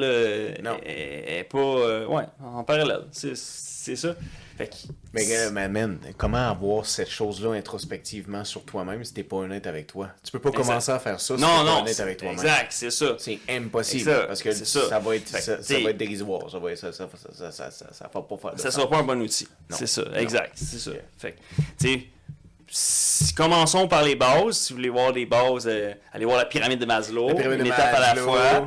Speaker 2: là.
Speaker 1: Non.
Speaker 2: Elle- Elle est pas. euh, ouais, en parallèle. C'est c'est ça. Fait que.
Speaker 1: Mais, euh, gars, mais man, comment avoir cette chose-là introspectivement sur toi-même si t'es pas honnête avec toi? Tu peux pas
Speaker 2: Exact.
Speaker 1: commencer à faire ça si
Speaker 2: non,
Speaker 1: t'es pas
Speaker 2: non.
Speaker 1: honnête
Speaker 2: c'est-
Speaker 1: avec toi-même.
Speaker 2: Exact, c'est ça.
Speaker 1: C'est impossible.
Speaker 2: Exact,
Speaker 1: parce que
Speaker 2: c'est ça.
Speaker 1: va être,
Speaker 2: Fait que,
Speaker 1: ça, ça
Speaker 2: t'sais-
Speaker 1: va être dérisoire. Ça va être- ça, ça, ça, ça, ça, ça- ça va pas faire de
Speaker 2: ça
Speaker 1: sens.
Speaker 2: sera pas un bon outil.
Speaker 1: Non.
Speaker 2: C'est ça,
Speaker 1: Non.
Speaker 2: exact, c'est ça.
Speaker 1: Yeah.
Speaker 2: Fait que, tu sais, si- commençons par les bases. Si vous voulez voir les bases, euh, allez voir la pyramide de Maslow,
Speaker 1: La pyramide
Speaker 2: une
Speaker 1: de
Speaker 2: étape à la
Speaker 1: Maslow.
Speaker 2: fois.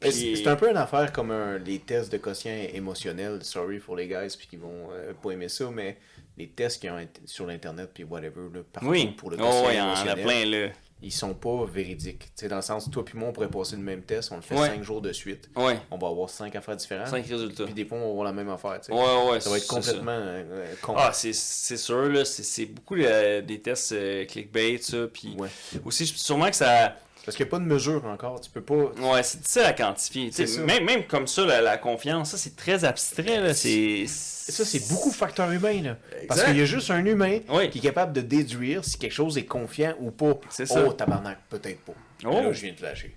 Speaker 1: Mais
Speaker 2: Puis-
Speaker 1: C'est c'est un peu une affaire comme un- les tests de quotient émotionnel. Sorry pour les guys puis qui vont euh, pas aimer ça, mais les tests qui ont été sur l'internet puis whatever là, partout
Speaker 2: Oui,
Speaker 1: pour le quotient
Speaker 2: oh, ouais, il y en a
Speaker 1: émotionnel,
Speaker 2: plein là.
Speaker 1: ils sont pas véridiques. Tu sais, dans le sens toi puis moi on pourrait passer le même test, on le fait
Speaker 2: Ouais.
Speaker 1: cinq jours de suite,
Speaker 2: Ouais,
Speaker 1: on va avoir cinq affaires différentes.
Speaker 2: cinq résultats.
Speaker 1: Hein? Puis des fois on va avoir la même affaire. tu sais.
Speaker 2: Ouais, ouais,
Speaker 1: ça va être
Speaker 2: c'est ça.
Speaker 1: complètement euh, con.
Speaker 2: Ah, c'est c'est sûr, là, c'est- c'est beaucoup euh, des tests euh, clickbait, ça, puis
Speaker 1: Ouais.
Speaker 2: aussi, sûrement que ça...
Speaker 1: Parce qu'il n'y a pas de mesure encore. Tu peux pas.
Speaker 2: Ouais, c'est difficile à quantifier. tu sais,
Speaker 1: C'est ça.
Speaker 2: Même, même comme ça, la, la confiance, ça, c'est très abstrait, là, c'est...
Speaker 1: Ça, c'est beaucoup facteur humain, là. Parce
Speaker 2: Exact.
Speaker 1: qu'il y a juste un humain
Speaker 2: Oui.
Speaker 1: qui est capable de déduire si quelque chose est confiant ou pas.
Speaker 2: C'est ça.
Speaker 1: Oh, tabarnak, peut-être pas.
Speaker 2: Oh.
Speaker 1: Là, je viens de flasher.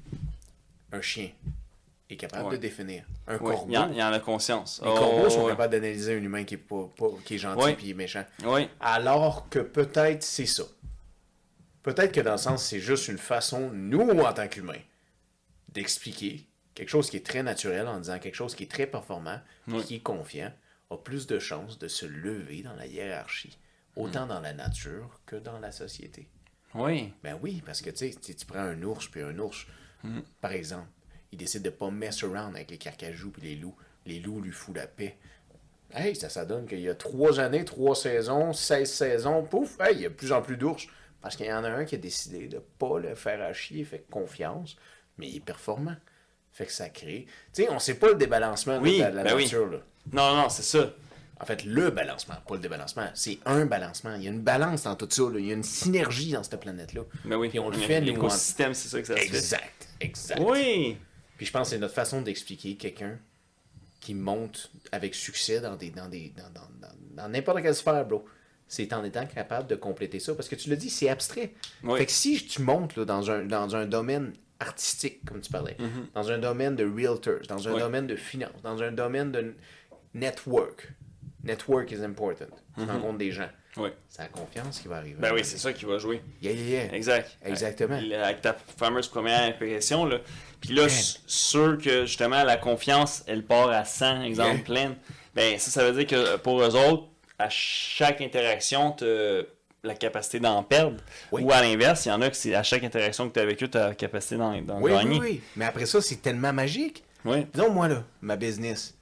Speaker 1: Un chien est capable
Speaker 2: Ouais.
Speaker 1: de définir. Un
Speaker 2: Ouais,
Speaker 1: corbeau.
Speaker 2: Il y, en- il y en a conscience. Oh,
Speaker 1: Les corbeaux sont capables d'analyser un humain qui est, pas, pas- qui est gentil
Speaker 2: Ouais.
Speaker 1: puis méchant.
Speaker 2: Oui,
Speaker 1: Alors que peut-être c'est ça. Peut-être que dans le sens, c'est juste une façon, nous, en tant qu'humains, d'expliquer quelque chose qui est très naturel en disant quelque chose qui est très performant, puis
Speaker 2: Oui.
Speaker 1: qui est confiant, a plus de chances de se lever dans la hiérarchie, autant dans la nature que dans la société.
Speaker 2: Oui.
Speaker 1: Ben oui, parce que tu sais, si tu prends un ours puis un ours, par exemple, il décide de pas mess around avec les carcajous puis les loups. Les loups lui foutent la paix. Hey, ça, ça donne qu'il y a trois années, trois saisons, 16 saisons, pouf, hey, il y a de plus en plus d'ours. Parce qu'il y en a un qui a décidé de pas le faire à chier, fait confiance, mais il est performant. Fait que ça crée. Tu sais, on sait pas le débalancement là,
Speaker 2: Oui,
Speaker 1: de la, de la
Speaker 2: ben oui.
Speaker 1: nature, là.
Speaker 2: Non, non, c'est ça.
Speaker 1: En fait, le balancement, pas le débalancement. C'est un balancement. Il y a une balance dans tout ça. là. Il y a une synergie dans cette planète-là.
Speaker 2: Mais Ben oui.
Speaker 1: Puis on le
Speaker 2: Il y a
Speaker 1: fait, nous, en-
Speaker 2: L'écosystème, c'est ça que ça se fait.
Speaker 1: Exact, exact.
Speaker 2: Oui.
Speaker 1: Puis je pense que c'est notre façon d'expliquer quelqu'un qui monte avec succès dans des dans des dans, dans, dans- dans n'importe quelle sphère, bro. C'est en étant capable de compléter ça. Parce que tu le dis, c'est abstrait.
Speaker 2: Oui.
Speaker 1: Fait que si tu montes là, dans, un, dans un domaine artistique, comme tu parlais, dans un domaine de realtors, dans un
Speaker 2: Mm-hmm. Oui.
Speaker 1: domaine de finance, dans un domaine de network. Network is important. Tu rencontres des gens.
Speaker 2: Oui.
Speaker 1: C'est la confiance qui va arriver.
Speaker 2: Mm-hmm. Ben oui, c'est ça qui va jouer.
Speaker 1: Yeah, yeah, yeah.
Speaker 2: Exact.
Speaker 1: Exactement.
Speaker 2: Avec, avec ta fameuse première impression, là. Puis là, s- sûr que justement, la confiance, elle part à 100, exemple,
Speaker 1: Yeah.
Speaker 2: pleine. Ben, ça, ça veut dire que pour eux autres, à chaque interaction, t'as la capacité d'en perdre.
Speaker 1: Oui.
Speaker 2: Ou à l'inverse, il y en a que c'est à chaque interaction que tu as avec eux, tu as la capacité d'en d'en
Speaker 1: Oui,
Speaker 2: gagner.
Speaker 1: oui, oui. Mais après ça, c'est tellement magique.
Speaker 2: Oui.
Speaker 1: Disons, moi, là, ma business,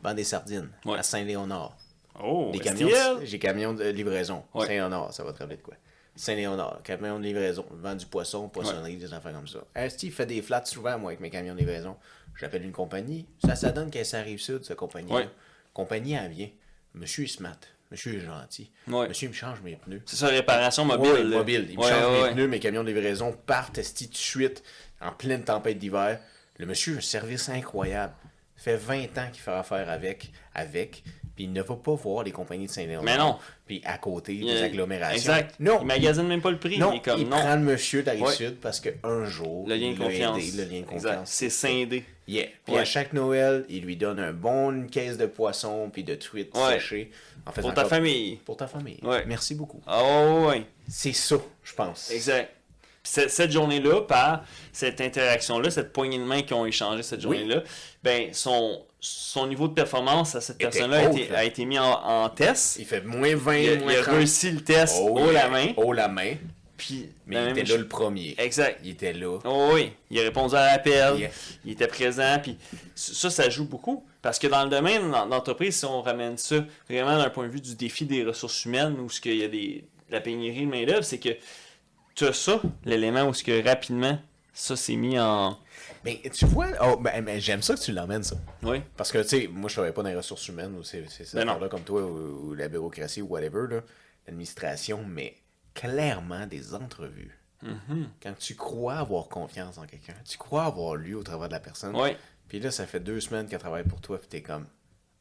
Speaker 1: vend des sardines
Speaker 2: Hmm. Ouais.
Speaker 1: à Saint-Léonard.
Speaker 2: Oh,
Speaker 1: Des
Speaker 2: STL.
Speaker 1: camions, j'ai camions de euh, livraison.
Speaker 2: Ouais.
Speaker 1: Saint-Léonard, ça va te rappeler de quoi. Saint-Léonard, camion de livraison, vend du poisson, poissonnerie, des affaires comme ça. Esti il fait des flats souvent, moi, avec mes camions de livraison. J'appelle une compagnie. Ça, ça donne qu'elle s'arrive sud, cette compagnie-là.
Speaker 2: Ouais.
Speaker 1: Compagnie, elle vient. Monsieur est smart. Monsieur est gentil.
Speaker 2: Ouais.
Speaker 1: Monsieur, il me change mes pneus.
Speaker 2: C'est ça, réparation mobile.
Speaker 1: Ouais,
Speaker 2: là.
Speaker 1: mobile. Il me
Speaker 2: Ouais,
Speaker 1: change
Speaker 2: ouais,
Speaker 1: mes
Speaker 2: ouais.
Speaker 1: pneus, mes camions de livraison partent esti, tout de suite en pleine tempête d'hiver. Le monsieur a un service incroyable. fait 20 ans qu'il fait affaire avec, avec, puis il ne va pas voir les compagnies de Saint-Léon.
Speaker 2: Mais non.
Speaker 1: Puis à côté
Speaker 2: Il-
Speaker 1: des agglomérations.
Speaker 2: Exact.
Speaker 1: Non.
Speaker 2: Il magasine même pas le prix.
Speaker 1: non,
Speaker 2: il est comme,
Speaker 1: il
Speaker 2: non.
Speaker 1: prend le monsieur de la
Speaker 2: Ouais.
Speaker 1: Rive-Sud parce qu'un jour,
Speaker 2: Le lien de
Speaker 1: il l'a
Speaker 2: confiance.
Speaker 1: aidé, le lien de
Speaker 2: Exact.
Speaker 1: confiance.
Speaker 2: C'est scindé.
Speaker 1: Yeah. Puis
Speaker 2: Ouais.
Speaker 1: à chaque Noël, il lui donne un bon une caisse de poissons puis de truites
Speaker 2: Ouais.
Speaker 1: séchées. En faisant
Speaker 2: Pour ta
Speaker 1: comme-
Speaker 2: famille.
Speaker 1: Pour ta famille.
Speaker 2: Ouais.
Speaker 1: Merci beaucoup.
Speaker 2: Oh, oui.
Speaker 1: C'est ça, je pense.
Speaker 2: Exact. Puis cette, cette journée-là, par cette interaction-là, cette poignée de main qu'ils ont échangée cette
Speaker 1: Oui.
Speaker 2: journée-là, ben son, son niveau de performance à cette
Speaker 1: Était
Speaker 2: personne-là a
Speaker 1: haute,
Speaker 2: été,
Speaker 1: là.
Speaker 2: a été mis en, en test. Oh,
Speaker 1: Il fait moins 20,
Speaker 2: Il a,
Speaker 1: moins
Speaker 2: il a
Speaker 1: 30.
Speaker 2: réussi le test haut
Speaker 1: yeah.
Speaker 2: la main.
Speaker 1: Haut la main.
Speaker 2: Puis,
Speaker 1: Mais
Speaker 2: la
Speaker 1: il
Speaker 2: même
Speaker 1: était là
Speaker 2: chose.
Speaker 1: le premier.
Speaker 2: Exact.
Speaker 1: Il était là.
Speaker 2: Oh oui, il a répondu à l'appel,
Speaker 1: Yeah.
Speaker 2: il était présent, puis ça, ça joue beaucoup. Parce que dans le domaine d'en- d'entreprise, si on ramène ça vraiment d'un point de vue du défi des ressources humaines, où ce qu'il y a des, la pénurie de main-d'œuvre, c'est que tu as ça, l'élément où ce que rapidement, ça s'est mis en.
Speaker 1: Mais tu vois, oh, ben, ben, j'aime ça que tu l'emmènes, ça.
Speaker 2: Oui,
Speaker 1: Parce que, tu sais, moi, je travaillais pas dans les ressources humaines ou ces, ces
Speaker 2: Ben non.
Speaker 1: affaires-là comme toi ou, ou la bureaucratie ou whatever, là, l'administration, mais clairement des entrevues.
Speaker 2: Mm-hmm.
Speaker 1: Quand tu crois avoir confiance en quelqu'un, tu crois avoir lu au travers de la personne,
Speaker 2: Ouais.
Speaker 1: puis là, ça fait deux semaines qu'elle travaille pour toi, puis t'es comme,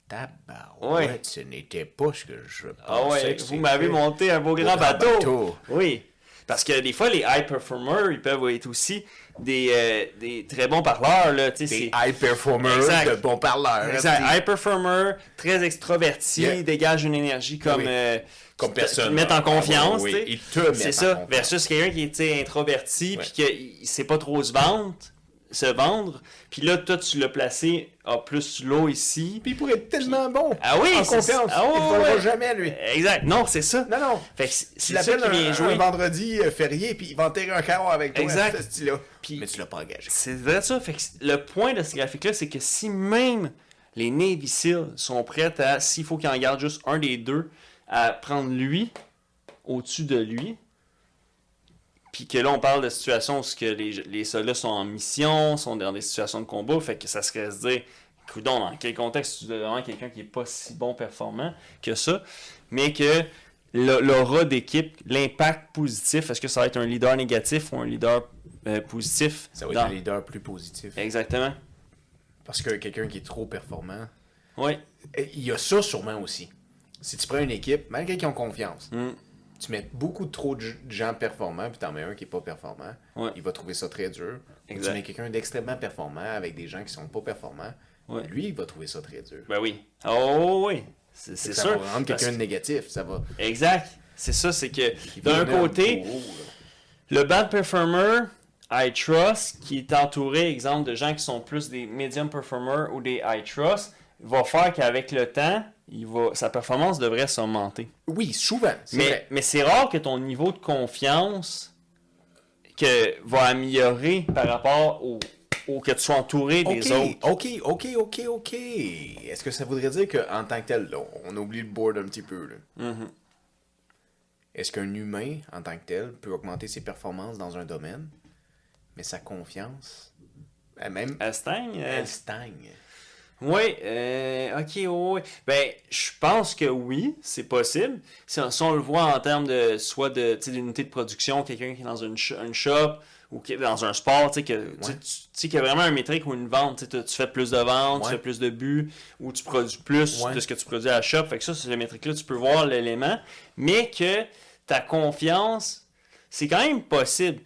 Speaker 1: tabarouette,
Speaker 2: Ouais.
Speaker 1: ce n'était pas ce que je pensais.
Speaker 2: Ah ouais,
Speaker 1: que
Speaker 2: vous m'avez
Speaker 1: c'était.
Speaker 2: monté un beau grand bateau.
Speaker 1: bateau.
Speaker 2: Oui. Parce que des fois, les high performers, ils peuvent être aussi des, euh, des très bons parleurs. Là, tu sais,
Speaker 1: Des
Speaker 2: c'est-
Speaker 1: high performers
Speaker 2: Exact.
Speaker 1: de bons parleurs.
Speaker 2: Exact. High performer, très extraverti,
Speaker 1: Yeah.
Speaker 2: dégage une énergie comme,
Speaker 1: Oui.
Speaker 2: euh,
Speaker 1: Comme
Speaker 2: qui te-
Speaker 1: personne. Ah
Speaker 2: qui te met en confiance.
Speaker 1: Oui,
Speaker 2: tu sais.
Speaker 1: il te met en
Speaker 2: C'est ça.
Speaker 1: confiance.
Speaker 2: Versus quelqu'un qui est tu sais, introverti
Speaker 1: Ouais.
Speaker 2: puis qu'il sait pas trop se vendre, se vendre. Puis là, toi, tu l'as placé en plus low ici.
Speaker 1: Puis il pourrait être tellement bon.
Speaker 2: Ah oui,
Speaker 1: En
Speaker 2: c'est-
Speaker 1: confiance.
Speaker 2: ah ouais,
Speaker 1: il ne volera
Speaker 2: ouais.
Speaker 1: jamais, lui.
Speaker 2: Exact. Non, c'est ça.
Speaker 1: Non, non.
Speaker 2: Fait que c'est
Speaker 1: Tu
Speaker 2: c'est ça
Speaker 1: l'appelles
Speaker 2: qui
Speaker 1: un,
Speaker 2: vient jouer.
Speaker 1: un vendredi euh, férié, puis il va enterrer un carreau avec toi.
Speaker 2: Exact.
Speaker 1: ce style-là.
Speaker 2: Puis-
Speaker 1: Mais tu l'as pas engagé.
Speaker 2: C'est vrai ça. Fait que le point de ce graphique-là, c'est que si même les Navy Seals sont prêts à, s'il faut qu'ils en gardent juste un des deux, à prendre lui au-dessus de lui, puis que là, on parle de situations où ce que les, les soldats sont en mission, sont dans des situations de combat, fait que ça serait se dire, coudon, dans quel contexte tu dois vraiment quelqu'un qui est pas si bon performant que ça, mais que le- l'aura d'équipe, l'impact positif, est-ce que ça va être un leader négatif ou un leader euh, positif
Speaker 1: Ça va être
Speaker 2: dans-
Speaker 1: un leader plus positif.
Speaker 2: Eh. Exactement.
Speaker 1: Parce que quelqu'un qui est trop performant,
Speaker 2: Oui.
Speaker 1: Et il y a ça sûrement aussi. Si tu prends une équipe, malgré qu'ils ont confiance,
Speaker 2: Hmm.
Speaker 1: tu mets beaucoup trop de g- gens performants, puis t'en mets un qui est pas performant,
Speaker 2: Ouais.
Speaker 1: il va trouver ça très dur. Ou
Speaker 2: Exact.
Speaker 1: tu mets quelqu'un d'extrêmement performant avec des gens qui sont pas performants,
Speaker 2: Ouais.
Speaker 1: lui, il va trouver ça très dur.
Speaker 2: Ben oui. Oh oui. C'est c'est
Speaker 1: ça
Speaker 2: sûr.
Speaker 1: va rendre
Speaker 2: Parce
Speaker 1: quelqu'un de négatif, ça va...
Speaker 2: que- Exact. C'est ça, c'est que
Speaker 1: il va
Speaker 2: d'un
Speaker 1: devenir un
Speaker 2: côté,
Speaker 1: bourreau, là.
Speaker 2: le bad performer high trust qui est entouré, exemple, de gens qui sont plus des medium performers ou des high trust, va faire qu'avec le temps, il va, sa performance devrait s'augmenter.
Speaker 1: Oui, souvent. c'est
Speaker 2: Mais,
Speaker 1: vrai.
Speaker 2: mais c'est rare que ton niveau de confiance que, va améliorer par rapport au, au que tu sois entouré des autres.
Speaker 1: OK, OK, OK, OK. Est-ce que ça voudrait dire qu'en tant que tel, là, on oublie le board un petit peu? là?
Speaker 2: Mm-hmm.
Speaker 1: Est-ce qu'un humain, en tant que tel, peut augmenter ses performances dans un domaine, mais sa confiance, elle-même,
Speaker 2: Elle se teigne, elle-
Speaker 1: elle stagne?
Speaker 2: Oui, euh, ok, oui. Ben, je pense que oui, c'est possible. Si on, si on le voit en termes de soit de tu sais, d'unité de production, quelqu'un qui est dans une, ch- une shop ou qui est dans un sport, tu sais, que, tu sais, tu- tu sais qu'il y a vraiment un métrique ou une vente. tu sais, Tu tu fais plus de ventes, tu
Speaker 1: Ouais.
Speaker 2: fais plus de buts ou tu produis plus
Speaker 1: Ouais.
Speaker 2: de ce que tu produis à la shop. Fait que ça, c'est le métrique-là, tu peux voir l'élément. Mais que ta confiance, c'est quand même possible.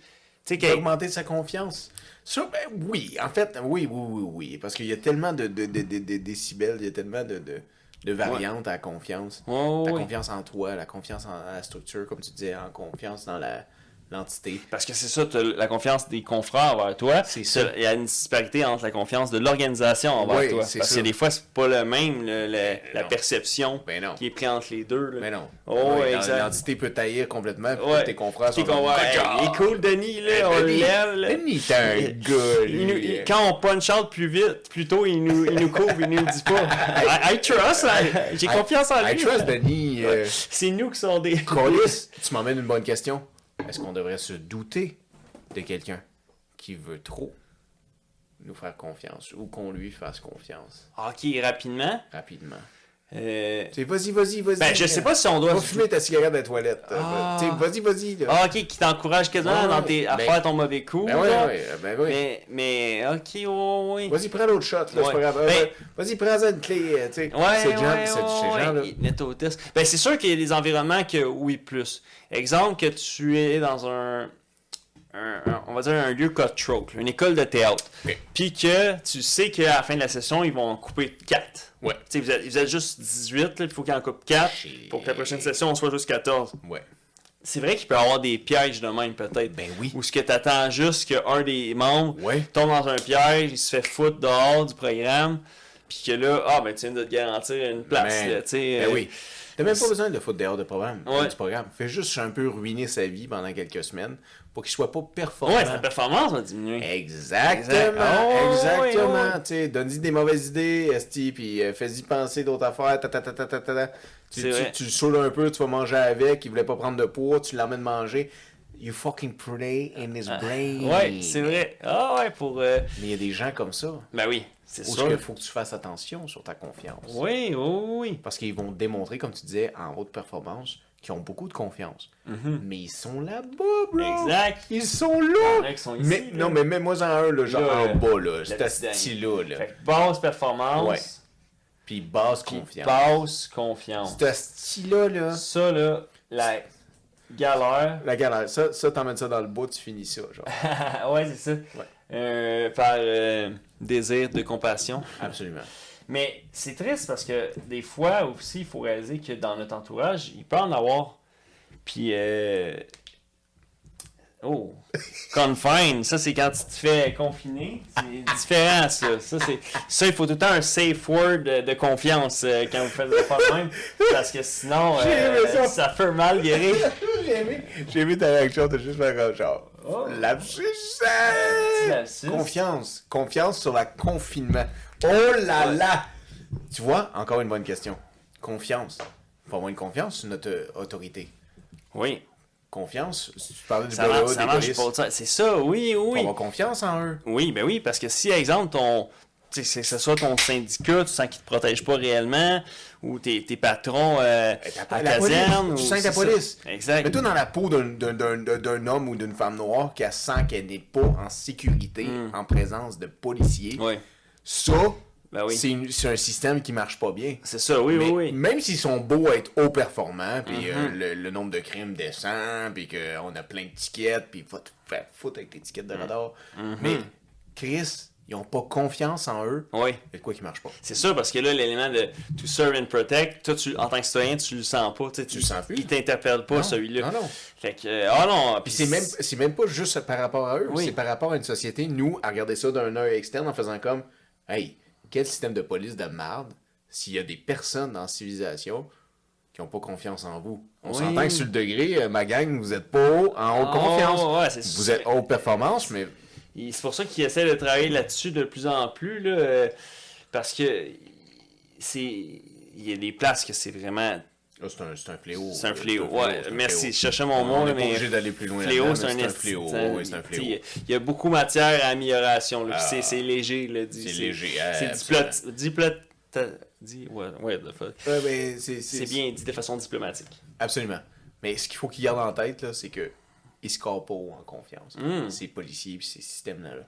Speaker 2: Tu sais, que-
Speaker 1: Augmenter sa confiance. Ça, ben, oui, en fait, oui, oui, oui, oui. Parce qu'il y a tellement de, de, de, de- de décibels, il y a tellement de, de, de variantes à la confiance.
Speaker 2: Ouais, ouais,
Speaker 1: la
Speaker 2: ouais.
Speaker 1: confiance en toi, la confiance en la structure, comme tu disais, en confiance dans la l'entité.
Speaker 2: Parce que c'est ça, t'as la confiance des confrères envers toi.
Speaker 1: C'est ça.
Speaker 2: Il y a une disparité entre la confiance de l'organisation envers
Speaker 1: Oui,
Speaker 2: toi. Parce
Speaker 1: c'est
Speaker 2: que
Speaker 1: ça.
Speaker 2: des fois, c'est pas le même, le- le- la
Speaker 1: non.
Speaker 2: perception
Speaker 1: Ben non.
Speaker 2: qui est prise entre les deux. là.
Speaker 1: Mais non.
Speaker 2: Oh,
Speaker 1: Ouais,
Speaker 2: exact.
Speaker 1: L'entité peut taillir complètement, puis
Speaker 2: Ouais.
Speaker 1: tes confrères
Speaker 2: Tes
Speaker 1: sont
Speaker 2: confrères,
Speaker 1: comme, Ben,
Speaker 2: hey, il est cool, Denis, là, on
Speaker 1: Denis,
Speaker 2: l'élève. là. Euh,
Speaker 1: Denis, t'es un gars,
Speaker 2: Il nous- il-
Speaker 1: lui. euh.
Speaker 2: quand on punch out plus vite, plus tôt, il nous, il nous couvre, il nous dit pas. I, I trust, I- j'ai
Speaker 1: I-
Speaker 2: confiance en
Speaker 1: I
Speaker 2: lui.
Speaker 1: trust Denis. euh,
Speaker 2: C'est nous qui sommes des.
Speaker 1: Colis, tu m'emmènes une bonne question. Est-ce qu'on devrait se douter de quelqu'un qui veut trop nous faire confiance ou qu'on lui fasse confiance
Speaker 2: Ok, rapidement.
Speaker 1: rapidement?
Speaker 2: Euh,
Speaker 1: Tu sais, vas-y, vas-y, vas-y.
Speaker 2: Ben, je sais pas si on doit.
Speaker 1: Va fumer ta cigarette dans la toilette.
Speaker 2: Ah.
Speaker 1: Tu sais, Vas-y, vas-y. là.
Speaker 2: Ah, ok, qui t'encourage quasiment
Speaker 1: Ouais,
Speaker 2: dans tes, à
Speaker 1: ben-
Speaker 2: faire ton mauvais coup.
Speaker 1: Ben oui,
Speaker 2: là.
Speaker 1: ben oui.
Speaker 2: Mais, mais, ok, oui, oui.
Speaker 1: Vas-y, prends l'autre shot, là, c'est
Speaker 2: Ouais.
Speaker 1: pas grave. Euh,
Speaker 2: Ben-
Speaker 1: Vas-y, prends-en une clé, euh, tu sais.
Speaker 2: Ouais,
Speaker 1: c'est le genre,
Speaker 2: ouais,
Speaker 1: c'est-
Speaker 2: ouais,
Speaker 1: c'est le genre,
Speaker 2: ouais,
Speaker 1: là.
Speaker 2: il te met au test. Ben, c'est sûr qu'il y a des environnements que oui, plus. Exemple, que tu es dans un, un- un- on va dire un lieu cutthroat, là, une école de théâtre.
Speaker 1: Ok.
Speaker 2: Puis que tu sais qu'à la fin de la session, ils vont en couper 4.
Speaker 1: Ouais.
Speaker 2: Tu sais, vous êtes, vous êtes juste 18, là, il faut qu'ils en coupent 4
Speaker 1: Shit.
Speaker 2: pour que la prochaine session, on soit juste 14.
Speaker 1: Ouais.
Speaker 2: C'est vrai qu'il peut y avoir des pièges de même, peut-être.
Speaker 1: Ben oui.
Speaker 2: Ou ce que t'attends juste qu'un des membres
Speaker 1: Ouais.
Speaker 2: tombe dans un piège, il se fait foutre dehors du programme, puis que là, ah, ben tu viens de te garantir une place,
Speaker 1: Man.
Speaker 2: là, tu sais.
Speaker 1: Ben
Speaker 2: euh,
Speaker 1: oui. T'as même pas besoin de le foutre dehors de programme.
Speaker 2: Ouais.
Speaker 1: Du programme. Fais juste un peu ruiner sa vie pendant quelques semaines pour qu'il soit pas performant.
Speaker 2: euh, Ouais, sa performance va
Speaker 1: Eh,
Speaker 2: diminuer. Exact.
Speaker 1: Exactement.
Speaker 2: Oh, ouais,
Speaker 1: Exactement.
Speaker 2: ouais.
Speaker 1: Tu sais, Donne-y des mauvaises idées, esti, puis euh, fais-y penser d'autres affaires. ta, ta, ta, ta, ta, ta, ta. Tu,
Speaker 2: C'est
Speaker 1: tu-
Speaker 2: vrai.
Speaker 1: tu le saoules un peu, tu vas manger avec, il voulait pas prendre de poids, tu l'emmènes manger. You fucking play in his brain.
Speaker 2: Ah. Ouais, c'est vrai. Ah ouais, pour. euh,
Speaker 1: Mais il y a des gens comme ça.
Speaker 2: Ben oui, c'est
Speaker 1: Où
Speaker 2: sûr.
Speaker 1: il faut que tu fasses attention sur ta confiance.
Speaker 2: Oui, oui, oui.
Speaker 1: Parce qu'ils vont démontrer, comme tu disais, en haute performance, qu'ils ont beaucoup de confiance. Mais ils sont là-bas, bro!
Speaker 2: Mhm. Exact.
Speaker 1: Ils sont
Speaker 2: Il y en a
Speaker 1: là!
Speaker 2: qui sont ici,
Speaker 1: mais,
Speaker 2: là.
Speaker 1: Non, mais mets-moi en un, là, genre
Speaker 2: Là,
Speaker 1: en
Speaker 2: euh,
Speaker 1: bas, là, cet
Speaker 2: la petite
Speaker 1: asti-là, là.
Speaker 2: Fait que basse performance,
Speaker 1: Ouais. Puis basse confiance.
Speaker 2: basse confiance.
Speaker 1: Cet asti-là, là,
Speaker 2: Ça, là, la galère.
Speaker 1: la galère, ça, ça t'emmènes ça dans le bout, tu finis ça, genre.
Speaker 2: ouais, c'est ça. Euh, par euh, désir de compassion.
Speaker 1: Absolument.
Speaker 2: Mais c'est triste parce que des fois aussi, il faut réaliser que dans notre entourage, il peut en avoir. Puis. euh, Oh! Confine, ça c'est quand tu te fais confiner. C'est différent ça. Ça, c'est... ça, il faut tout le temps un safe word euh, de confiance euh, quand vous faites le pas de même. Parce que sinon,
Speaker 1: J'ai aimé
Speaker 2: euh,
Speaker 1: ça.
Speaker 2: ça peut mal guérir.
Speaker 1: J'ai aimé, j'ai aimé ta réaction, t'as juste fait comme genre.
Speaker 2: Oh.
Speaker 1: Lapsus!
Speaker 2: Petit lapsus.
Speaker 1: Confiance. Confiance sur la confinement. Oh là là! Tu vois, encore une bonne question. Confiance. Faut avoir une confiance sur notre euh, autorité.
Speaker 2: Oui,
Speaker 1: Confiance, si tu parlais du
Speaker 2: ça
Speaker 1: BLA,
Speaker 2: marche, ça
Speaker 1: des
Speaker 2: marche
Speaker 1: polices,
Speaker 2: pas. ça. C'est ça, oui,
Speaker 1: faut
Speaker 2: oui.
Speaker 1: avoir confiance en eux.
Speaker 2: Oui, ben oui, parce que si, exemple, ton. tu sais, Que ce soit ton syndicat, tu sens qu'il te protège pas réellement, ou tes, tes patrons euh,
Speaker 1: Ben, t'as pas-
Speaker 2: à
Speaker 1: la
Speaker 2: caserne.
Speaker 1: police, tu
Speaker 2: ou-
Speaker 1: sens que la
Speaker 2: c'est
Speaker 1: police.
Speaker 2: ça. Exact.
Speaker 1: Mets-toi dans la peau d'un- d'un- d'un d'un- d'un homme ou d'une femme noire qui sent qu'elle n'est pas en sécurité en présence de policiers.
Speaker 2: Mm. Ouais.
Speaker 1: Ça,
Speaker 2: Ben oui.
Speaker 1: c'est une- c'est un système qui marche pas bien.
Speaker 2: C'est ça, oui,
Speaker 1: Mais
Speaker 2: oui, oui.
Speaker 1: Même s'ils sont beaux à être haut performants, puis euh,
Speaker 2: Mm-hmm.
Speaker 1: le, le nombre de crimes descend, puis
Speaker 2: Mm. Mm-hmm.
Speaker 1: qu'on a plein de tickets, puis faut te faire foutre avec tes tickets de radar. Mais Chris, Ils n'ont pas confiance en eux.
Speaker 2: Oui.
Speaker 1: Et quoi qui marche pas.
Speaker 2: C'est sûr, parce que là, l'élément de to serve and protect, toi, tu, en tant que citoyen, tu le sens pas. Tu, sais, tu-
Speaker 1: le sens plus.
Speaker 2: Il t'interpelle pas,
Speaker 1: Non,
Speaker 2: celui-là.
Speaker 1: non, non.
Speaker 2: Fait que, euh, ah non.
Speaker 1: Puis c'est même, c'est même pas juste par rapport à eux,
Speaker 2: Oui.
Speaker 1: c'est par rapport à une société, nous, à regarder ça d'un œil externe en faisant comme Hey, quel système de police de marde s'il y a des personnes dans la civilisation qui n'ont pas confiance en vous. On
Speaker 2: Oui.
Speaker 1: s'entend que sur le degré, euh, ma gang, vous êtes pas haut- en haute
Speaker 2: Oh,
Speaker 1: confiance.
Speaker 2: ouais, c'est
Speaker 1: vous
Speaker 2: sûr.
Speaker 1: êtes haute performance, mais
Speaker 2: Et C'est pour ça qu'ils essaient de travailler là-dessus de plus en plus, là, euh, parce que c'est il y a des places que c'est vraiment
Speaker 1: Ah, c'est un, c'est un fléau.
Speaker 2: c'est un fléau. Ouais,
Speaker 1: c'est un
Speaker 2: merci.
Speaker 1: fléau.
Speaker 2: Je cherchais mon mot,
Speaker 1: On
Speaker 2: là,
Speaker 1: n'est pas
Speaker 2: mais
Speaker 1: obligé d'aller plus loin.
Speaker 2: fléau,
Speaker 1: là-dedans,
Speaker 2: c'est un,
Speaker 1: mais
Speaker 2: esti-
Speaker 1: fléau.
Speaker 2: c'est un-
Speaker 1: Ouais, c'est un
Speaker 2: tu sais,
Speaker 1: fléau.
Speaker 2: Il y a beaucoup matière à amélioration. là, puis
Speaker 1: Ah.
Speaker 2: c'est- c'est léger, là, dit,
Speaker 1: C'est léger, ah,
Speaker 2: C'est
Speaker 1: absolument.
Speaker 2: diplot, diplot, dit, ouais, ouais, the fuck.
Speaker 1: Ouais, mais c'est-
Speaker 2: C'est
Speaker 1: c'est-
Speaker 2: bien dit de façon diplomatique.
Speaker 1: Absolument. Mais ce qu'il faut qu'ils gardent en tête, là, c'est que ils se corrent pas en confiance.
Speaker 2: Mm.
Speaker 1: Ces policiers puis ces systèmes-là. là.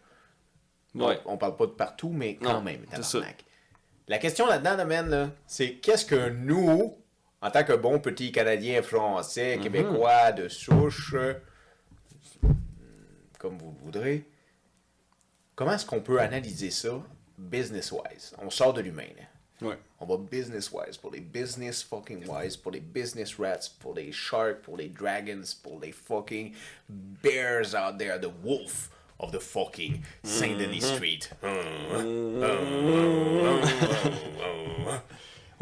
Speaker 1: Donc,
Speaker 2: Ouais.
Speaker 1: On parle pas de partout, mais quand
Speaker 2: Non,
Speaker 1: même,
Speaker 2: c'est
Speaker 1: tabarnak. La question là-dedans, domaine, là, c'est qu'est-ce que nous, en tant que bons petits Canadiens,
Speaker 2: Mhm.
Speaker 1: Français, Québécois, de souche, euh, comme vous le voudrez, comment est-ce qu'on peut analyser ça business-wise? On sort de l'humain, là.
Speaker 2: Ouais.
Speaker 1: On va business wise, pour les business fucking wise, pour les business rats, pour les sharks, pour les dragons, pour les fucking bears out there, the wolf of the fucking Saint Denis
Speaker 2: Mm-hmm.
Speaker 1: Street. Mm.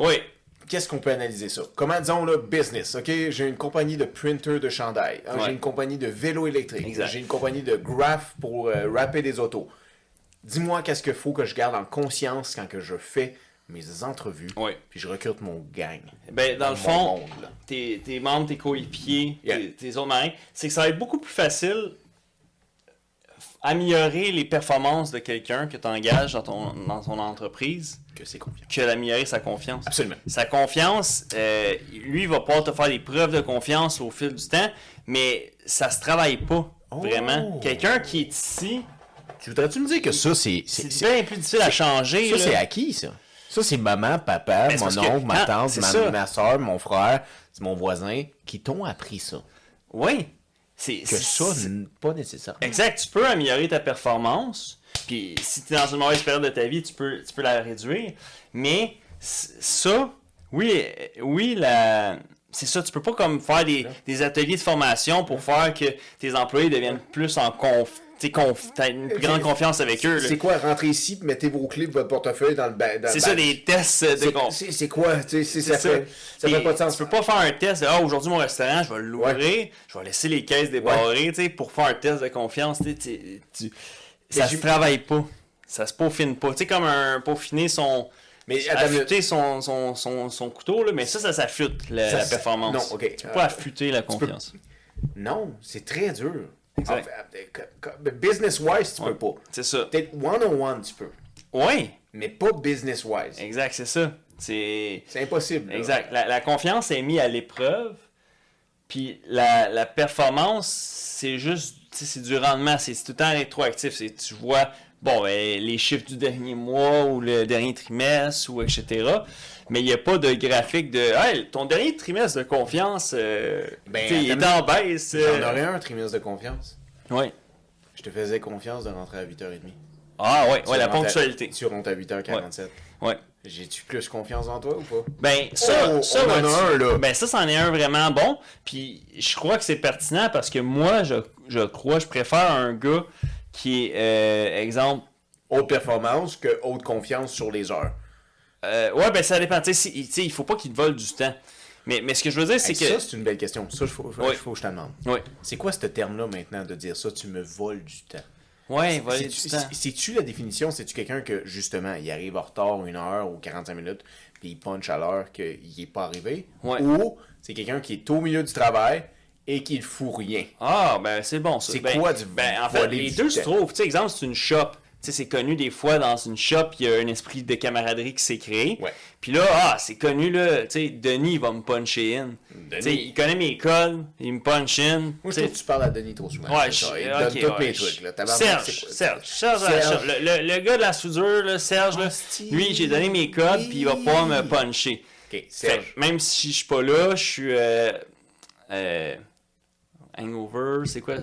Speaker 2: Mm-hmm. Ouais.
Speaker 1: Qu'est-ce qu'on peut analyser ça? Comment disons le business, ok? J'ai une compagnie de printer de chandail, hein,
Speaker 2: Ouais.
Speaker 1: j'ai une compagnie de vélo électrique,
Speaker 2: Exact.
Speaker 1: j'ai une compagnie de graph pour euh, rapper des autos. Dis-moi qu'est-ce qu'il faut que je garde en conscience quand que je fais mes entrevues,
Speaker 2: Ouais.
Speaker 1: puis je recrute mon gang.
Speaker 2: Ben, dans le
Speaker 1: Mon
Speaker 2: fond,
Speaker 1: monde, là.
Speaker 2: tes, tes membres, tes coéquipiers,
Speaker 1: Yeah.
Speaker 2: tes, tes autres marins, c'est que ça va être beaucoup plus facile améliorer les performances de quelqu'un que tu engages dans ton, dans ton entreprise
Speaker 1: que c'est confiant.
Speaker 2: que d'améliorer sa confiance.
Speaker 1: Absolument.
Speaker 2: Sa confiance, euh, lui, il va pas te faire des preuves de confiance au fil du temps, mais ça se travaille pas, vraiment.
Speaker 1: Oh.
Speaker 2: Quelqu'un qui est ici,
Speaker 1: Tu voudrais-tu me dire que ça, c'est. c'est-
Speaker 2: c'est
Speaker 1: c'est-
Speaker 2: bien plus difficile à changer.
Speaker 1: Ça,
Speaker 2: là.
Speaker 1: c'est acquis, ça. Ça, c'est maman, papa,
Speaker 2: Mais c'est
Speaker 1: mon
Speaker 2: parce
Speaker 1: oncle,
Speaker 2: que-
Speaker 1: ma
Speaker 2: Ah,
Speaker 1: tante,
Speaker 2: c'est
Speaker 1: ma,
Speaker 2: ça.
Speaker 1: ma soeur, mon frère, c'est mon voisin, qui t'ont appris ça.
Speaker 2: Oui. C'est,
Speaker 1: Que ça,
Speaker 2: c'est-
Speaker 1: n- pas nécessaire.
Speaker 2: Exact, tu peux améliorer ta performance, puis si tu es dans une mauvaise période de ta vie, tu peux, tu peux la réduire, mais c- ça, oui, euh, oui, la... c'est ça, tu peux pas comme faire des, des ateliers de formation pour faire que tes employés deviennent plus en conf... t'sais, conf- t'as une plus grande confiance avec eux. là.
Speaker 1: C'est quoi, rentrez ici, puis mettez vos clés de votre portefeuille dans le ba- dans le
Speaker 2: C'est
Speaker 1: bac?
Speaker 2: ça, des tests euh, de
Speaker 1: C'est-
Speaker 2: conf...
Speaker 1: C'est c'est quoi? tu sais, c'est- ça,
Speaker 2: C'est
Speaker 1: fait, ça
Speaker 2: Puis
Speaker 1: fait pas de sens.
Speaker 2: Tu peux pas faire un test de Ah, aujourd'hui, mon restaurant, je vais l'ouvrir, je vais laisser les caisses débarrées, tu sais, pour faire un test de confiance. tu sais, tu- tu- ça se
Speaker 1: j'im-
Speaker 2: travaille pas. Ça se peaufine pas. Tu sais, comme un peaufiner son.
Speaker 1: Mais attends une minute.
Speaker 2: affûter son, son, son, son couteau, là, mais ça, ça s'affûte, la,
Speaker 1: Ça
Speaker 2: la
Speaker 1: se-
Speaker 2: performance.
Speaker 1: non, ok.
Speaker 2: Tu peux pas
Speaker 1: Euh,
Speaker 2: affûter la confiance.
Speaker 1: Non, c'est très dur.
Speaker 2: Exact.
Speaker 1: En fait, euh, co- co- Business-wise, tu peux pas.
Speaker 2: C'est ça.
Speaker 1: Peut-être one-on-one, tu peux.
Speaker 2: Oui,
Speaker 1: Mais pas business-wise.
Speaker 2: exact, c'est ça. C'est.
Speaker 1: C'est impossible. là.
Speaker 2: Exact. La, la confiance est mise à l'épreuve. Puis la, la performance, c'est juste, tu sais, c'est du rendement, c'est c'est tout le temps rétroactif. C'est- Tu vois, bon, ben, les chiffres du dernier mois ou le dernier trimestre ou etc. Mais il n'y a pas de graphique de, hey, ton dernier trimestre de confiance, euh,
Speaker 1: Ben,
Speaker 2: tu sais, il est en
Speaker 1: attends,
Speaker 2: baisse.
Speaker 1: J'en
Speaker 2: euh.
Speaker 1: aurais un trimestre de confiance.
Speaker 2: Ouais.
Speaker 1: Je te faisais confiance de rentrer à 8h30.
Speaker 2: Ah ouais,
Speaker 1: Tu
Speaker 2: ouais, la
Speaker 1: rentres à-
Speaker 2: ponctualité.
Speaker 1: Tu rentres à 8h47.
Speaker 2: Ouais.
Speaker 1: J'ai-tu plus confiance en toi ou pas?
Speaker 2: Ben, ça,
Speaker 1: Oh,
Speaker 2: ça,
Speaker 1: on en a
Speaker 2: ouais, tu-
Speaker 1: un, là.
Speaker 2: Ben, ça, c'en est un vraiment bon. Puis, je crois que c'est pertinent parce que moi, je, je crois, je préfère un gars qui est, euh, exemple,
Speaker 1: Haute performance que haute confiance sur les heures.
Speaker 2: euh, ouais, ben, ça dépend. Tu sais, si- tu sais, il faut pas qu'il te vole du temps. Mais, mais ce que je veux dire, c'est
Speaker 1: Hey,
Speaker 2: que.
Speaker 1: Ça, c'est une belle question. Ça, il faut, faut-
Speaker 2: Oui.
Speaker 1: faut que je te demande.
Speaker 2: Oui.
Speaker 1: C'est quoi ce terme-là maintenant de dire ça? Tu me voles du temps.
Speaker 2: Ouais, voler du
Speaker 1: C'est-tu-
Speaker 2: temps.
Speaker 1: c'est- C'est-tu la définition? C'est-tu quelqu'un que, justement, il arrive en retard une heure ou 45 minutes, puis il punch à l'heure qu'il n'est pas arrivé?
Speaker 2: Ouais.
Speaker 1: Ou c'est quelqu'un qui est au milieu du travail et qui ne fout rien?
Speaker 2: Ah, ben c'est bon ça.
Speaker 1: C'est
Speaker 2: Ben-
Speaker 1: quoi du
Speaker 2: Ben en fait,
Speaker 1: voler
Speaker 2: les
Speaker 1: du
Speaker 2: deux se
Speaker 1: temps?
Speaker 2: trouvent. Tu sais, exemple, c'est une shop. Tu sais, c'est connu des fois dans une shop, il y a un esprit de camaraderie qui s'est créé.
Speaker 1: Ouais.
Speaker 2: Puis là, ah, c'est connu là. Tu sais, Denis il va me puncher in.
Speaker 1: Denis.
Speaker 2: Tu sais, il connaît mes codes, il me punch in.
Speaker 1: Moi, je
Speaker 2: Tu sais,
Speaker 1: trouve que tu parles à Denis trop souvent.
Speaker 2: Ouais,
Speaker 1: C'est
Speaker 2: je
Speaker 1: ça.
Speaker 2: suis.
Speaker 1: Il donne tous mes trucs. Là.
Speaker 2: Serge,
Speaker 1: Tabarnak,
Speaker 2: Serge,
Speaker 1: c'est quoi?
Speaker 2: Serge, Serge, le, le- le gars de la soudure, là, Serge, là,
Speaker 1: Steve.
Speaker 2: lui, j'ai donné mes codes, puis il va pas me puncher.
Speaker 1: Ok,
Speaker 2: Fait
Speaker 1: Serge.
Speaker 2: que même si je suis pas là, je suis. Euh, euh, hangover, c'est quoi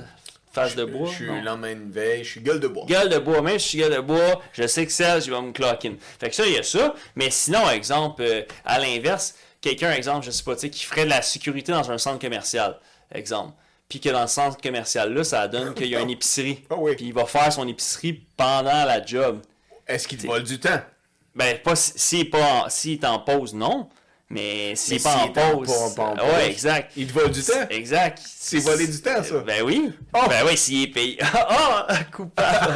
Speaker 2: Face de
Speaker 1: Je-
Speaker 2: bois.
Speaker 1: Je suis
Speaker 2: non.
Speaker 1: lendemain de veille, je suis gueule de bois.
Speaker 2: Gueule de bois, même si je suis gueule de bois, je sais que ça, je vais me clock in. Fait que ça, il y a ça. Mais sinon, exemple, euh, à l'inverse, quelqu'un, exemple, je sais pas, tu sais, qui ferait de la sécurité dans un centre commercial, exemple. Puis que dans le centre commercial-là, ça donne qu'il y a une épicerie.
Speaker 1: Ah oui.
Speaker 2: Puis il va faire son épicerie pendant la job.
Speaker 1: Est-ce qu'il te vole du temps?
Speaker 2: Ben, pas si- s'il est pas en- s'il est en pause, non. Mais s'il
Speaker 1: Mais
Speaker 2: n'est pas
Speaker 1: s'il
Speaker 2: en
Speaker 1: est en
Speaker 2: pause.
Speaker 1: pas- pas en
Speaker 2: Ah
Speaker 1: pause.
Speaker 2: ouais, exact.
Speaker 1: Il te vole du temps?
Speaker 2: Exact.
Speaker 1: C'est voler du temps, ça.
Speaker 2: Ben oui.
Speaker 1: Oh!
Speaker 2: Ben oui, s'il est payé. Ah, ah, coupable.